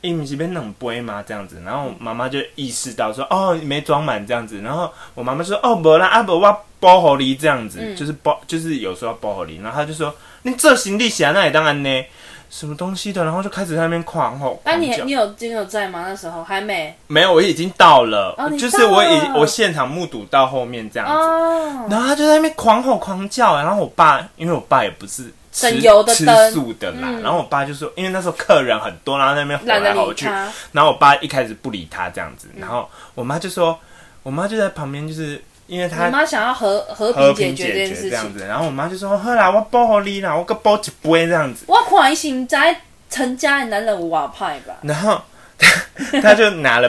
A: 伊不是被冷杯吗？这样子，然后我妈妈就意识到
B: 嗯
A: 说，哦，没装满这样子，然后我妈妈就说，哦，无啦，啊无我包好你这样子，
B: 嗯
A: 就是包，就是有时候包好你，然后她就说，你这行李箱那也当然呢，什么东西的，然后就开始在那边狂吼。
B: 那、你
A: 狂叫
B: 你有你有在吗？那时候还没
A: 没有，我已经到了，
B: 哦你
A: 就是我已
B: 到了
A: 我现场目睹到后面这样子，
B: 哦，
A: 然后他就在那边狂吼狂叫，欸然后我爸，因为我爸也不是吃
B: 省油的
A: 吃
B: 灯
A: 素的啦，
B: 嗯
A: 然后我爸就说，因为那时候客人很多，然后在那边吼
B: 懒
A: 来
B: 得
A: 吼
B: 理
A: 去，
B: 他，嗯
A: 然后我爸一开始不理他这样子，然后我妈就说，我妈就在旁边，就是因为
B: 你
A: 她
B: 妈想要和和
A: 和
B: 平
A: 平
B: 解决
A: 解
B: 这件
A: 决
B: 事
A: 这样
B: 情。
A: 子，然后我妈就说，好啦，我包好你啦，我个包一杯这样子。
B: 我看伊是毋知陈家的男人有偌歹吧？
A: 然后他 他就拿了，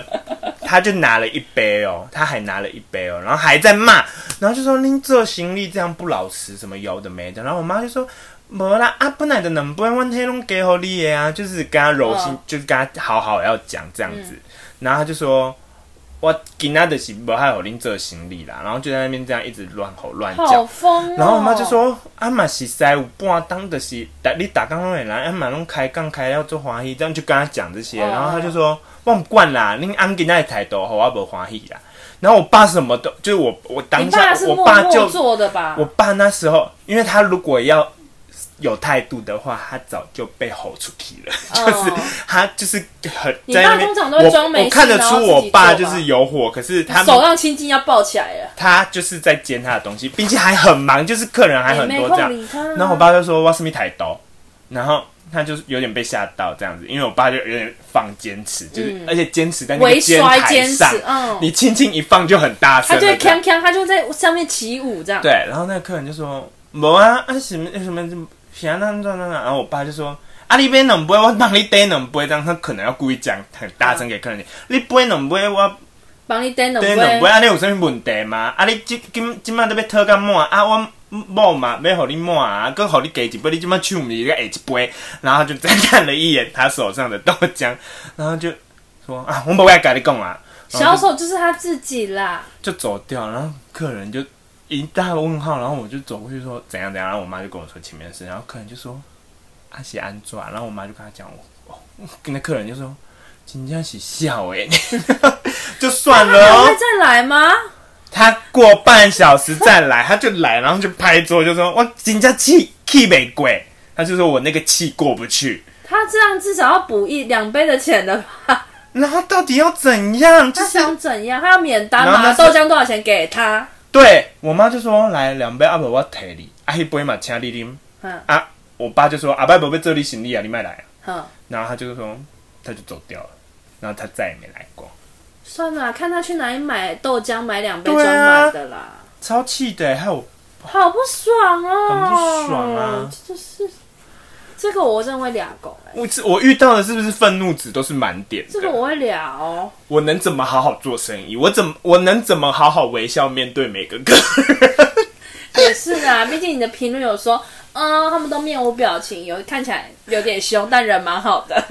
A: 他就拿了一杯哦，他还拿了一杯哦，然后还在骂，然后就说您这行李这样不老实，什么有的没的。然后我妈就说。没啦，啊，本来的能不能问黑龙给好你的啊，就是跟他柔性，
B: 嗯
A: 就是跟他好好要讲这样子。然后他就说，我今仔就是无爱互恁做行李啦，然后就在那边这样一直乱吼乱叫，
B: 好疯、哦！
A: 然后我妈就，说：“啊嘛是师有半当的是，打你打工拢会来，啊嘛拢开杠开了做欢喜，这样就跟他讲这些。
B: 哦
A: 然后他就说：我不管啦，恁安吉那态度，好我无欢喜啦。然后我爸什么都，就是我我当
B: 你
A: 下
B: 爸是
A: 我
B: 默
A: 爸就
B: 默做的吧？
A: 我爸那时候，因为他如果要有态度的话，他早就被吼出去了，就是他就是很
B: 哦你
A: 在
B: 爸
A: 那边。
B: 通常都会
A: 我
B: 装没
A: 我看得
B: 事然
A: 出
B: 后
A: 我
B: 自己
A: 爸
B: 做
A: 就
B: 吧
A: 是有火，可是他
B: 手上青筋要抱起来了，
A: 他就是在煎他的东西，并且还很忙，就是客人还
B: 也
A: 很
B: 哎没
A: 多这样
B: 空。理他。
A: 然后我爸就说：“哇，是咪台刀？”然后他就是有点被吓到这样子，因为我爸就有点放坚持，就是、
B: 嗯
A: 而且坚持在那个
B: 微
A: 尖
B: 摔
A: 台
B: 坚持
A: 上，，
B: 嗯，
A: 你轻轻一放就很大声
B: 他
A: 了
B: 就
A: 这
B: 会
A: 样。
B: 锵锵，他就在上面起舞这样。
A: 对，然后那个客人就说：“没啊，啊什么什么什么，想那那那。”然后我爸就说：“啊，你杯冷杯，我帮你杯冷杯。”这样他可能要故意讲很大声给客人听，你杯冷杯，我
B: 帮你等等
A: 杯冷杯，啊，你有什么问题吗？啊，你即今今麦都要讨到满啊，我。某嘛，要互你满啊，搁互你加一杯，你即摆手毋是个下一杯，然后就再看了一眼他手上的豆浆，然后就说啊，我无爱甲你讲啊，然后
B: 小
A: 就
B: 手就是他自己啦，
A: 就走掉，然后客人就一大问号，然后我就走过去说怎样怎样，然后我妈就跟我说前面的事，然后客人就说阿喜安抓，然后我妈就跟他讲我，我跟那客人就说今天是笑哎、 就算
B: 他
A: 了
B: 还
A: 哦
B: 会，再来吗？
A: 他过半小时再来，他就来，然后就拍桌就说我今天气气没鬼，他就说我那个气过不去，
B: 他这样至少要补一两倍的钱的吧？
A: 然后到底要怎样？就
B: 他
A: 是
B: 想怎样？他要免单
A: 然后那
B: 嘛？
A: 是
B: 豆浆多少钱给他？
A: 对我妈就说来两杯阿伯我提你，啊一杯嘛请你啉。
B: 嗯
A: 啊，我爸就说阿伯伯被这里行李啊，你卖来啊。
B: 哼，
A: 然后他就说，他就走掉了，然后他再也没来过，
B: 算了，啊看他去哪里买豆浆，买两杯
A: 对
B: 装
A: 啊
B: 满的啦。
A: 超气的，还有
B: 好不爽哦，
A: 很不爽啊！
B: 就是这个我真的会俩狗、欸，
A: 我我遇到的是不是愤怒值都是满点的？
B: 这个我会俩哦。
A: 我能怎么好好做生意？我怎么我能怎么好好微笑面对每个客人？
B: 也是 啊，毕竟你的评论有呃说，嗯，他们都面无表情，有看起来有点凶，但人蛮好的。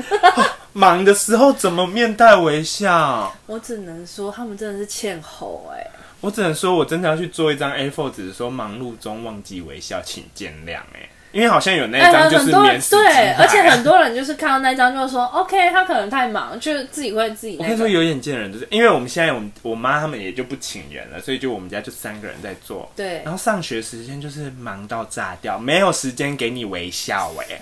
A: 忙的时候怎么面带微笑？
B: 我只能说他们真的是欠吼哎、
A: 我只能说，我真的要去做一张 A4 纸，说忙碌中忘记微笑，请见谅。哎，因为好像有那一张
B: 哎，
A: 就
B: 很
A: 是
B: 多人
A: 免死金
B: 对
A: 牌，
B: 而且很多人就是看到那张就说 OK，他可能太忙，就是自己会自己
A: 我
B: 那
A: 跟你说，
B: 个。
A: 有眼见人就是，因为我们现在我们我妈他们也就不请人了，所以就我们家就三个人在做。
B: 对
A: 然后上学时间就是忙到炸掉，没有时间给你微笑哎、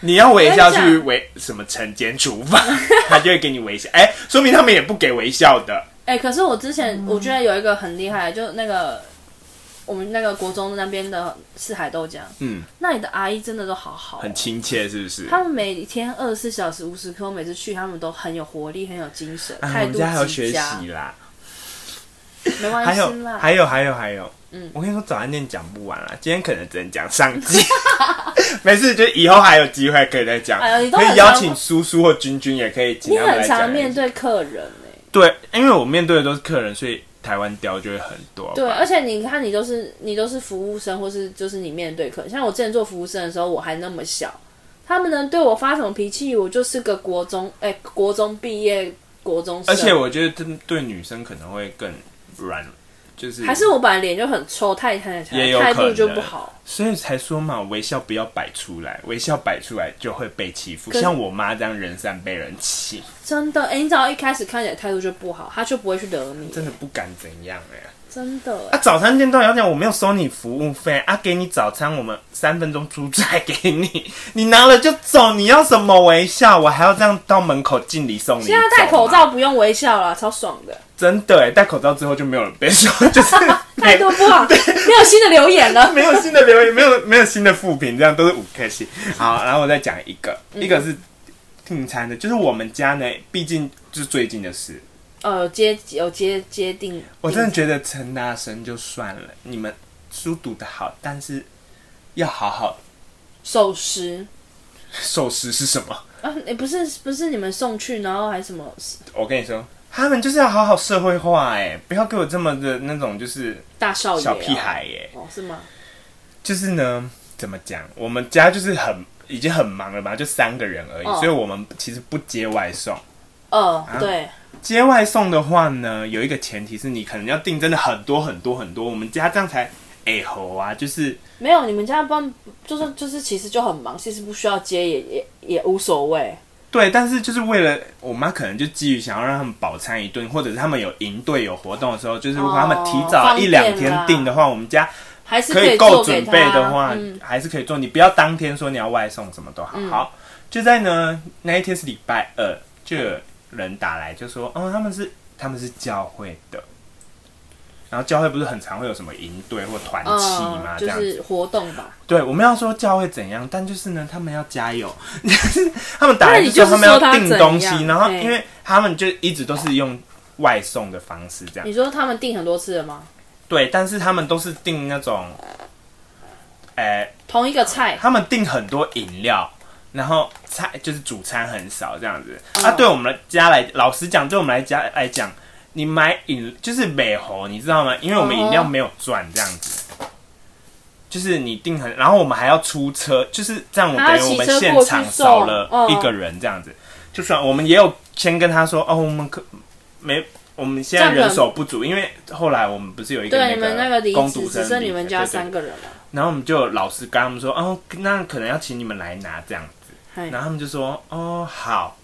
A: 你要微笑
B: 我跟
A: 去
B: 你讲
A: 微什么晨间厨 房，他就会给你微笑。哎、说明他们也不给微笑的。
B: 哎、可是我之前我觉得有一个很厉害，就那个我们那个国中那边的四海豆浆，
A: 嗯，
B: 那里的阿姨真的都好好哦、
A: 很亲切是不是？
B: 他们每天二十四小时无时刻，我每次去他们都很有活力，很有精神，
A: 哎
B: 态、
A: 我们家还
B: 度
A: 要
B: 极
A: 学
B: 佳
A: 习，啦，
B: 没关
A: 还
B: 系
A: 有
B: 啦。
A: 还有还有还有，
B: 嗯
A: 我跟你说早安店讲不完啦，啊今天可能只能讲上集， 没事，就以后还有机会可以再讲，
B: 哎呀你都
A: 可
B: 很
A: 以邀
B: 常
A: 请叔叔或君君，也可以请
B: 你
A: 他们
B: 很
A: 来
B: 常
A: 讲一
B: 面
A: 下。
B: 对客人哎、
A: 对，因为我面对的都是客人，所以台湾雕就会很多。
B: 对，而且你看，你都是你都是服务生，或是就是你面对客人。像我之前做服务生的时候，我还那么小，他们能对我发什么脾气？我就是个国中，哎、国中毕业国中生，
A: 而且我觉得对对女生可能会更软，就是
B: 还是我本来脸就很臭，太太
A: 也有
B: 态
A: 可
B: 度
A: 能
B: 就不好。
A: 所以才说嘛，微笑不要摆出来，微笑摆出来就会被欺负。
B: 可是
A: 像我妈这样人善被人欺，
B: 真的，哎、你只要一开始看起来态度就不好，他就不会去惹你，
A: 真的不敢怎样哎、
B: 真的、
A: 啊，早餐店到底要讲我没有收你服务费啊，给你早餐，我们三分钟出差给你， 你拿了就走，你要什么微笑？我还要这样到门口敬礼送你。
B: 现在戴口，罩不用微笑啦，超爽的，
A: 真的哎，戴口罩之后就没有人被说， 就是
B: 态度 不好，没有新的留言了。
A: 没有新的留言，没有没有新的复评，这样都是五颗星。好，然后我再讲一个，
B: 嗯
A: 一个是订餐的，就是我们家呢，毕竟就是最近的事。
B: 呃，有接有接接定，
A: 我真的觉得陈大生就算了，你们书读得好，但是要好好
B: 寿司。
A: 寿司是什么？
B: 啊，你不是不是你们送去，然后还什么
A: 我跟你说，他们就是要好好社会化，哎，不要给我这么的那种就是
B: 大少爷、啊
A: 小屁孩，哎。
B: 哦，是吗？
A: 就是呢，怎么讲？我们家就是很已经很忙了嘛，就三个人而已，
B: 哦
A: 所以我们其实不接外送。
B: 呃，
A: 啊
B: 对，
A: 接外送的话呢，有一个前提是你可能要订真的很多很多很多，我们家这样才哎吼啊，就是
B: 没有，你们家帮就是就是其实就很忙，其实不需要接也也也无所谓。
A: 对，但是就是为了我妈可能就基于想要让他们饱餐一顿，或者是他们有营队有活动的时候，就是如果他们提早
B: 方便
A: 一两天订的话，我们家
B: 还是
A: 可以够
B: 做
A: 准
B: 给他
A: 备的话，
B: 嗯，
A: 还是可以做。你不要当天说你要外送什么都好。好，就在呢那一天是礼拜二，就有人打来就说，哦，他们是他们是教会的，然后教会不是很常会有什么营队或团契嘛，
B: 呃，
A: 这
B: 就
A: 样子。
B: 是活动吧。
A: 对，我们要说教会怎样，但就是呢，他们要加油， 他们打来
B: 那你
A: 说
B: 就是
A: 他们要
B: 说他
A: 订
B: 怎
A: 东西，
B: 样
A: 然后
B: 对
A: 因为他们就一直都是用外送的方式这样。
B: 你说他们订很多次了吗？
A: 对，但是他们都是订那种，呃，
B: 同一 个菜，
A: 他们订很多饮料，然后菜就是主餐很少这样子。
B: 嗯
A: 啊，对我们家来，老实讲，对我们来家来讲，你买饮就是美猴，你知道吗？因为我们饮料没有赚这样子。就是你订很，然后我们还要出车，就是这样，我等
B: 还要
A: 于我们
B: 骑车
A: 现
B: 过去
A: 场
B: 送
A: 少了
B: 嗯
A: 一个人这样子，就算我们也有先跟他说，哦，我们可没，我们现在
B: 这样可能
A: 人手不足，因为后来我们不是有一个
B: 对，你们那个离
A: 工
B: 职
A: 读
B: 只
A: 生
B: 剩你
A: 离
B: 们
A: 职
B: 家
A: 对对对
B: 三个人了。
A: 然后我们就老实跟他们说，哦，那可能要请你们来拿这样子。
B: 嗨
A: 然后他们就说，哦，好。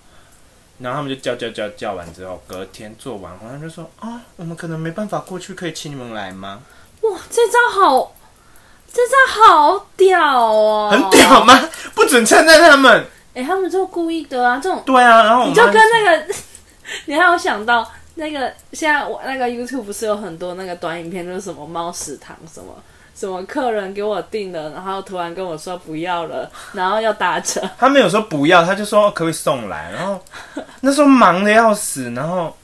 A: 然后他们就叫叫叫叫完之后，隔天做完，然后就说，哦，我们可能没办法过去，可以请你们来吗？
B: 哇，这招好，这招好屌哦，
A: 很屌吗？不准称赞他们。
B: 哎、他们就故意的啊，这种
A: 对啊，然后我
B: 你
A: 们
B: 就跟那个， 你还有想到那个现在我那个 YouTube 不是有很多那个短影片，就是什么猫食堂什么。什么客人给我订的，然后突然跟我说不要了，然后要打折，
A: 他们有时候不要，他就说、哦可不可以送来？然 后那时候忙的要死，然后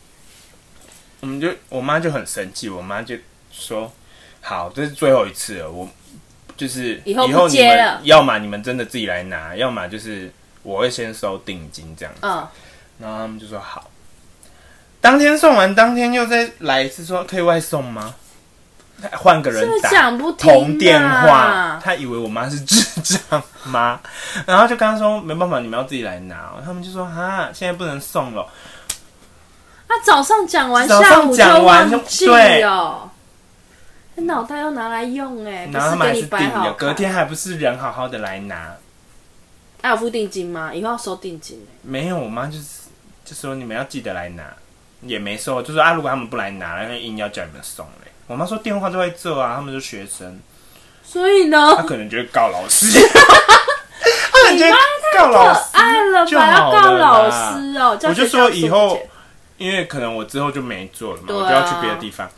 A: 我们就我妈就很生气，我妈就说：“好，这是最后一次了，我就是
B: 以后不
A: 你
B: 接
A: 们
B: 了
A: 要么你们真的自己来拿，要么就是我会先收定金这样。
B: 嗯，”
A: 然后他们就说好。当天送完，当天又再来一次说可以外送吗？他换个人
B: 是不是
A: 打
B: 讲不听啊啊
A: 同电话，他以为我妈是智障妈， 然后就跟他说没办法，你们要自己来拿哦。他们就说哈，现在不能送了。
B: 他早上讲完，
A: 早上
B: 下午
A: 讲完
B: 忘记
A: 就对
B: 哦。他脑袋要拿来用哎、不
A: 然后他
B: 是
A: 们还
B: 给你
A: 是
B: 摆
A: 订
B: 好
A: 的，
B: 看。
A: 隔天还不是人好好的来拿。
B: 还有啊付定金吗？以后要收定金哎、
A: 没有，我妈就是就说你们要记得来拿，也没收，就说啊，如果他们不来拿，那硬要叫你们送嘞。我妈说电话都会做啊，他们是学生，啊
B: 所以呢，
A: 她可能就会告老 师， 她可能就会告老师
B: 可。爱了
A: 就
B: 吧？要
A: 好
B: 告
A: 了啦
B: 老师哦、叫
A: 我就
B: 学校
A: 说以
B: 疏
A: 后
B: 解
A: 因为可能我之后就没做了嘛，
B: 对啊
A: 我就要去别的地方。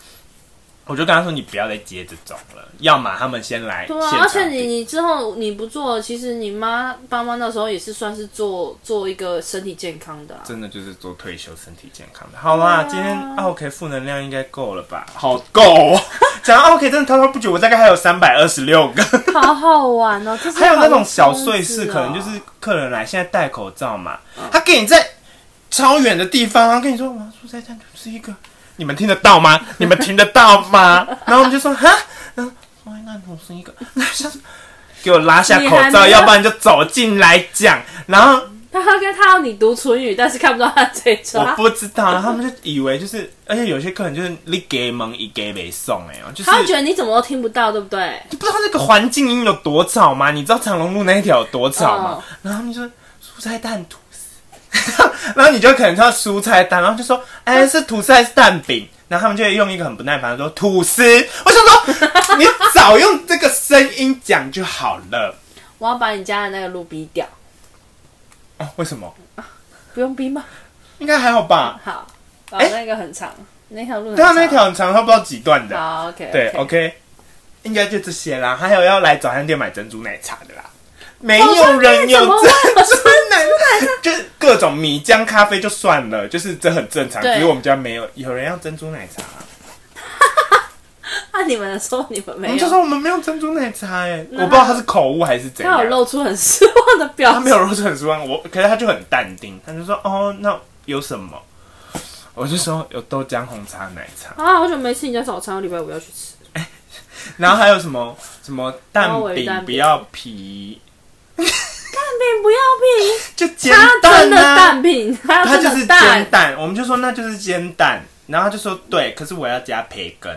A: 我就跟他说，你不要再接这种了，要么他们先来现
B: 对
A: 场
B: 啊，
A: 订。
B: 而且你你之后你不做，其实你妈爸妈那时候也是算是做做一个身体健康的、啊。
A: 真的就是做退休、身体健康的。好啦，
B: 对啊
A: 今天 OK 负能量应该够了吧？好够、哦， 讲到 OK 真的滔滔不绝，我大概还有三百二十六个。
B: 好好玩哦、这是
A: 还有那
B: 好
A: 种小
B: 疯
A: 碎
B: 子
A: 事，
B: 哦嗯
A: 可能就是客人来，现在戴口罩嘛，他给你在超远的地方，然后跟你说我要住在这就是一个，你们听得到吗？你们听得到吗？然后我们就说哈，然后我那我是一个，那像给我拉下口
B: 你还
A: 罩，
B: 没有
A: 要不然就走进来讲，然后。
B: 他跟他要你读唇语，但是看不到他的嘴
A: 我
B: 唇。
A: 不知道，然后他们就以为就是，而且有些客人就是你给蒙一给没送哎、欸，就是
B: 他会觉得你怎么都听不到，对不对？
A: 你不知道那个环境音有多吵吗？你知道长隆路那一条有多吵吗？然后他们就说蔬菜蛋吐司， 然后你就可能叫蔬菜蛋，然后就说哎、是吐司还是蛋饼？然后他们就会用一个很不耐烦的说吐司，我想说 你早用这个声音讲就好了、
B: 我要把你家的那个路逼掉，
A: 哦。为什么？
B: 不用逼吗？
A: 应该还好吧？
B: 好，哦，
A: 哎
B: 那个很长，那条路很
A: 对啊，
B: 长。
A: 那条很长，它不知道几段的。
B: 好，OK，
A: 对，OK，应该就这些啦。还有要来早餐店买珍珠奶茶的啦，没
B: 早
A: 有
B: 餐店
A: 人有
B: 怎么会
A: 珍珠奶茶，
B: 啊
A: 就是各种米浆咖啡就算了，就是这很正常。
B: 对
A: 只是我们家没有，有人要珍珠奶茶，啊
B: 啊那你们说你们
A: 我
B: 没
A: 们就
B: 有，
A: 说我们没有珍珠奶茶、哎，我
B: 他
A: 不知道他是口误还是怎
B: 他
A: 样
B: 有。露出很失望的表
A: 他
B: 情
A: 没。有露出很失望，我可是他就很淡定，他就说哦，那有什么？我就说有豆浆、红茶、奶茶，
B: 啊，好久没吃你家早餐，我礼拜五要去吃。
A: 然后还有什么什么蛋
B: 高维蛋
A: 饼
B: 饼
A: 不要皮，
B: 蛋饼不要皮，
A: 就煎
B: 他
A: 蛋、啊、
B: 真的蛋饼，他
A: 他
B: 真
A: 就是煎
B: 的哦蛋，
A: 蛋，我们就说那就是煎蛋，然后他就说对，可是我要加培根，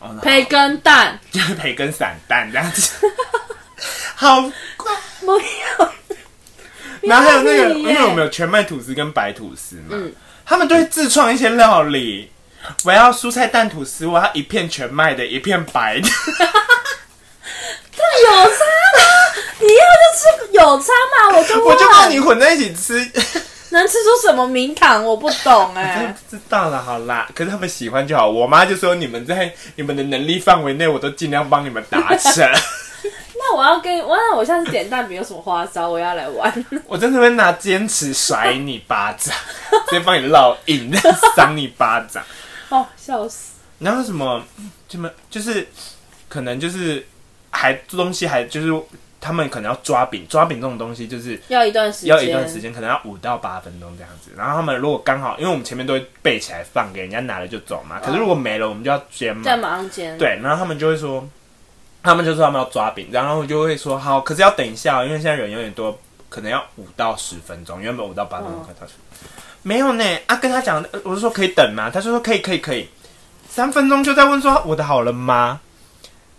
A: 哦，
B: 培根蛋，
A: 就是 培根散蛋这样子， 好怪。
B: 不要。
A: 然后还有那个，
B: 你
A: 因
B: 耶
A: 为我们有全麦吐司跟白吐司嘛，
B: 嗯
A: 他们都会自创一些料理。我要蔬菜蛋吐司，我要一片全麦的，一片白的。
B: 有差吗？ 你要就吃有差吗？我就
A: 我
B: 问
A: 就怕你混在一起吃，
B: 能吃出什么名堂，我不懂
A: 真
B: 哎
A: 的、不知道了，好啦。可是他们喜欢就好。我妈就说你们在你们的能力范围内，我都尽量帮你们达成。
B: 那我要跟我那我下次点蛋饼有什么花招，我要来玩。
A: 我真的会拿尖尺甩你巴掌，直接帮你烙印， 赏你巴掌。
B: 哦，笑死！
A: 然后什么，什么就是，可能就是还东西还就是他们可能要抓饼，抓饼这种东西就是
B: 要一段时间，
A: 要一段时。间，可能要五到八分钟这样子。然后他们如果刚好，因为我们前面都会备起来放给人家拿了就走嘛，可是如果没了，我们就要煎嘛
B: 在。马上煎，，
A: 对，然后他们就会说，他们就说他们要抓饼，然后我就会说好，可是要等一下、哦，因为现在人有点多，可能要五到十分钟，原本五到八分钟，
B: 嗯
A: 快到十。没有呢，啊，跟他讲，呃我就说可以等吗？他就说可以，可以，可以。三分钟就在问说我的好了吗？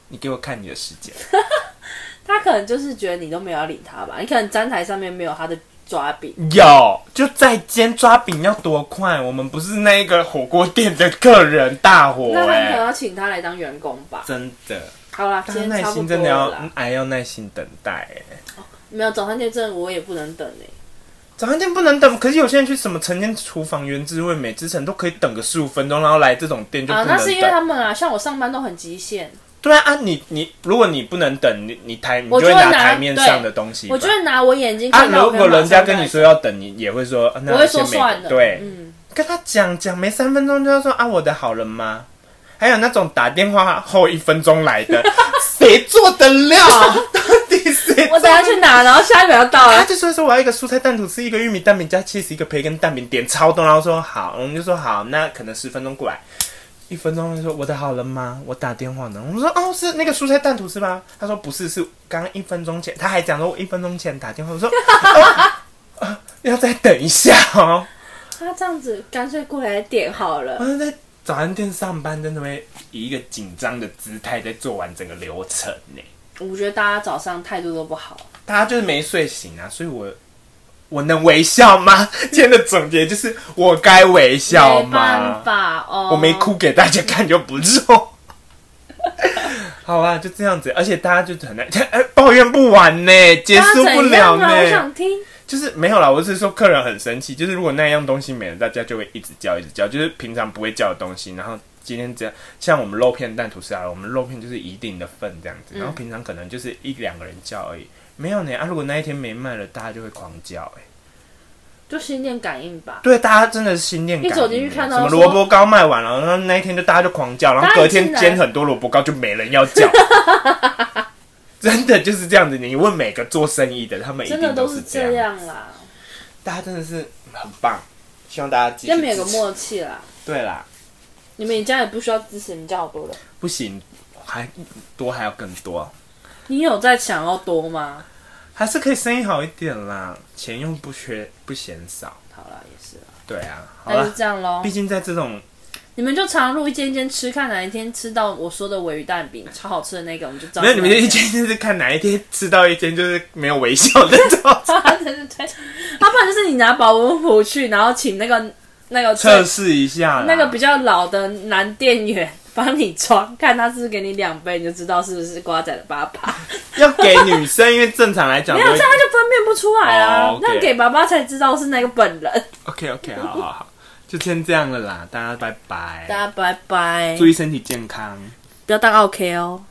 A: 你给我看你的时间，
B: 他可能就是觉得你都没有要理他吧，你可能站台上面没有他的抓饼，
A: 有就在煎抓饼要多快？我们不是那个火锅店的客人大火
B: 那他可
A: 哎、
B: 能要请他来当员工吧。
A: 真的，
B: 好啦，
A: 大
B: 今
A: 家
B: 天
A: 耐
B: 差不
A: 心
B: 多
A: 真的
B: 了
A: 要嗯
B: 啦。
A: 还要耐心等待哎、
B: 没有早餐店真的我也不能等哎、
A: 早餐店不能等，可是有些人去什么晨间厨房、原汁味美之城都可以等个十五分钟，然后来这种店就不
B: 啊，
A: 能等。
B: 那是因为他们啊，像我上班都很极限，
A: 对啊啊，你你如果你不能等，你你台你
B: 我
A: 就
B: 就会
A: 会拿
B: 拿
A: 台面
B: 对
A: 上的东西吧。
B: 我就会拿我眼睛
A: 啊，
B: 看到。
A: 如果人家跟你，说要等，你也会说，啊那
B: 我会说
A: 先没
B: 算了。
A: 对，
B: 嗯，
A: 跟他讲讲没三分钟就要说啊，我的好了吗？还有那种打电话后一分钟来 的，谁做得了？ 到底谁？
B: 我等下去拿，然后下一秒就到
A: 他
B: 了。
A: 就说说我要一个蔬菜蛋吐司，一个玉米蛋饼加 cheese，一个培根蛋饼，点超多，然后说好，我们就说好，那可能十分钟过来。一分钟就说我的好了吗？我打电话呢。我说哦，是那个蔬菜蛋吐司吗？他说不是，是刚刚一分钟前，他还讲说我一分钟前打电话。我说、哦啊要再等一下哦。
B: 他这样子干脆过来点好
A: 我
B: 了。
A: 是在早餐店上班，真的会以一个紧张的姿态在做完整个流程呢。
B: 我觉得大家早上态度都不好，
A: 大家就是没睡醒啊，所以我我能微笑吗？ 今天的总结就是我该微笑
B: 没
A: 吗
B: 办？法哦。
A: 我没，哭给大家看就不错。 好啊，就这样子，而且大家就很难 哎抱怨不完呢，结
B: 大家
A: 束不
B: 怎
A: 了
B: 样啊？我
A: 呢。
B: 想听。
A: 就是没有啦，我是说客人很生气，就是如果那样东西没了，大家就会一直叫一直叫，就是平常不会叫的东西，然后今天只要像我们肉片蛋吐司啊，我们肉片就是一定的份这样
B: 嗯
A: 子，然后平常可能就是一两个人叫而已，没有呢啊，如果那一天没卖了，大家就会狂叫、欸，
B: 就心电感应吧。
A: 对，大家真的是心电感应。啊
B: 一走进去看到
A: 什么
B: 说
A: 萝卜糕卖完了，然后那一天就大家就狂 叫，然后隔天煎很多萝卜糕就没人要叫。真的就是这样子，你问每个做生意的，他们一
B: 真
A: 定
B: 的都
A: 是
B: 是
A: 样。
B: 这样啦，
A: 大家真的是很棒，希望大家继续
B: 要没有
A: 支
B: 个
A: 持
B: 默契啦。
A: 对啦，
B: 你们家也不需要支持，你家好多了。
A: 不行，还多还要更多，
B: 你有在想要多吗？
A: 还是可以生意好一点啦，钱又不缺不嫌少。
B: 好啦，也是啦，
A: 对啊，好
B: 那
A: 啦
B: 就，这样喽
A: 毕。竟在这种
B: 你们就常入一间一间吃，看哪一天吃到我说的鲔鱼蛋饼超好吃的那个，我们就照。
A: 没有你们就一间就是看哪一天吃到一间就是没有微笑的早 餐。
B: 啊， 对对对，要不然就是你拿保温壶去，然后请那个那个
A: 测试一下啦
B: 那个比较老的男店员帮你装，看他是不是给你两杯，你就知道是不是瓜仔的爸 爸。
A: 要给女生，因为正常来讲
B: 没
A: 都
B: 有，
A: 会
B: 这样他就分辨不出来
A: 哦
B: 啊
A: ，OK
B: 那给爸爸才知道是那个本人。
A: OK OK 好好 好，就先这样了啦，大家拜拜，
B: 大家拜拜，
A: 注意身体健康。
B: 不要当 OK 哦。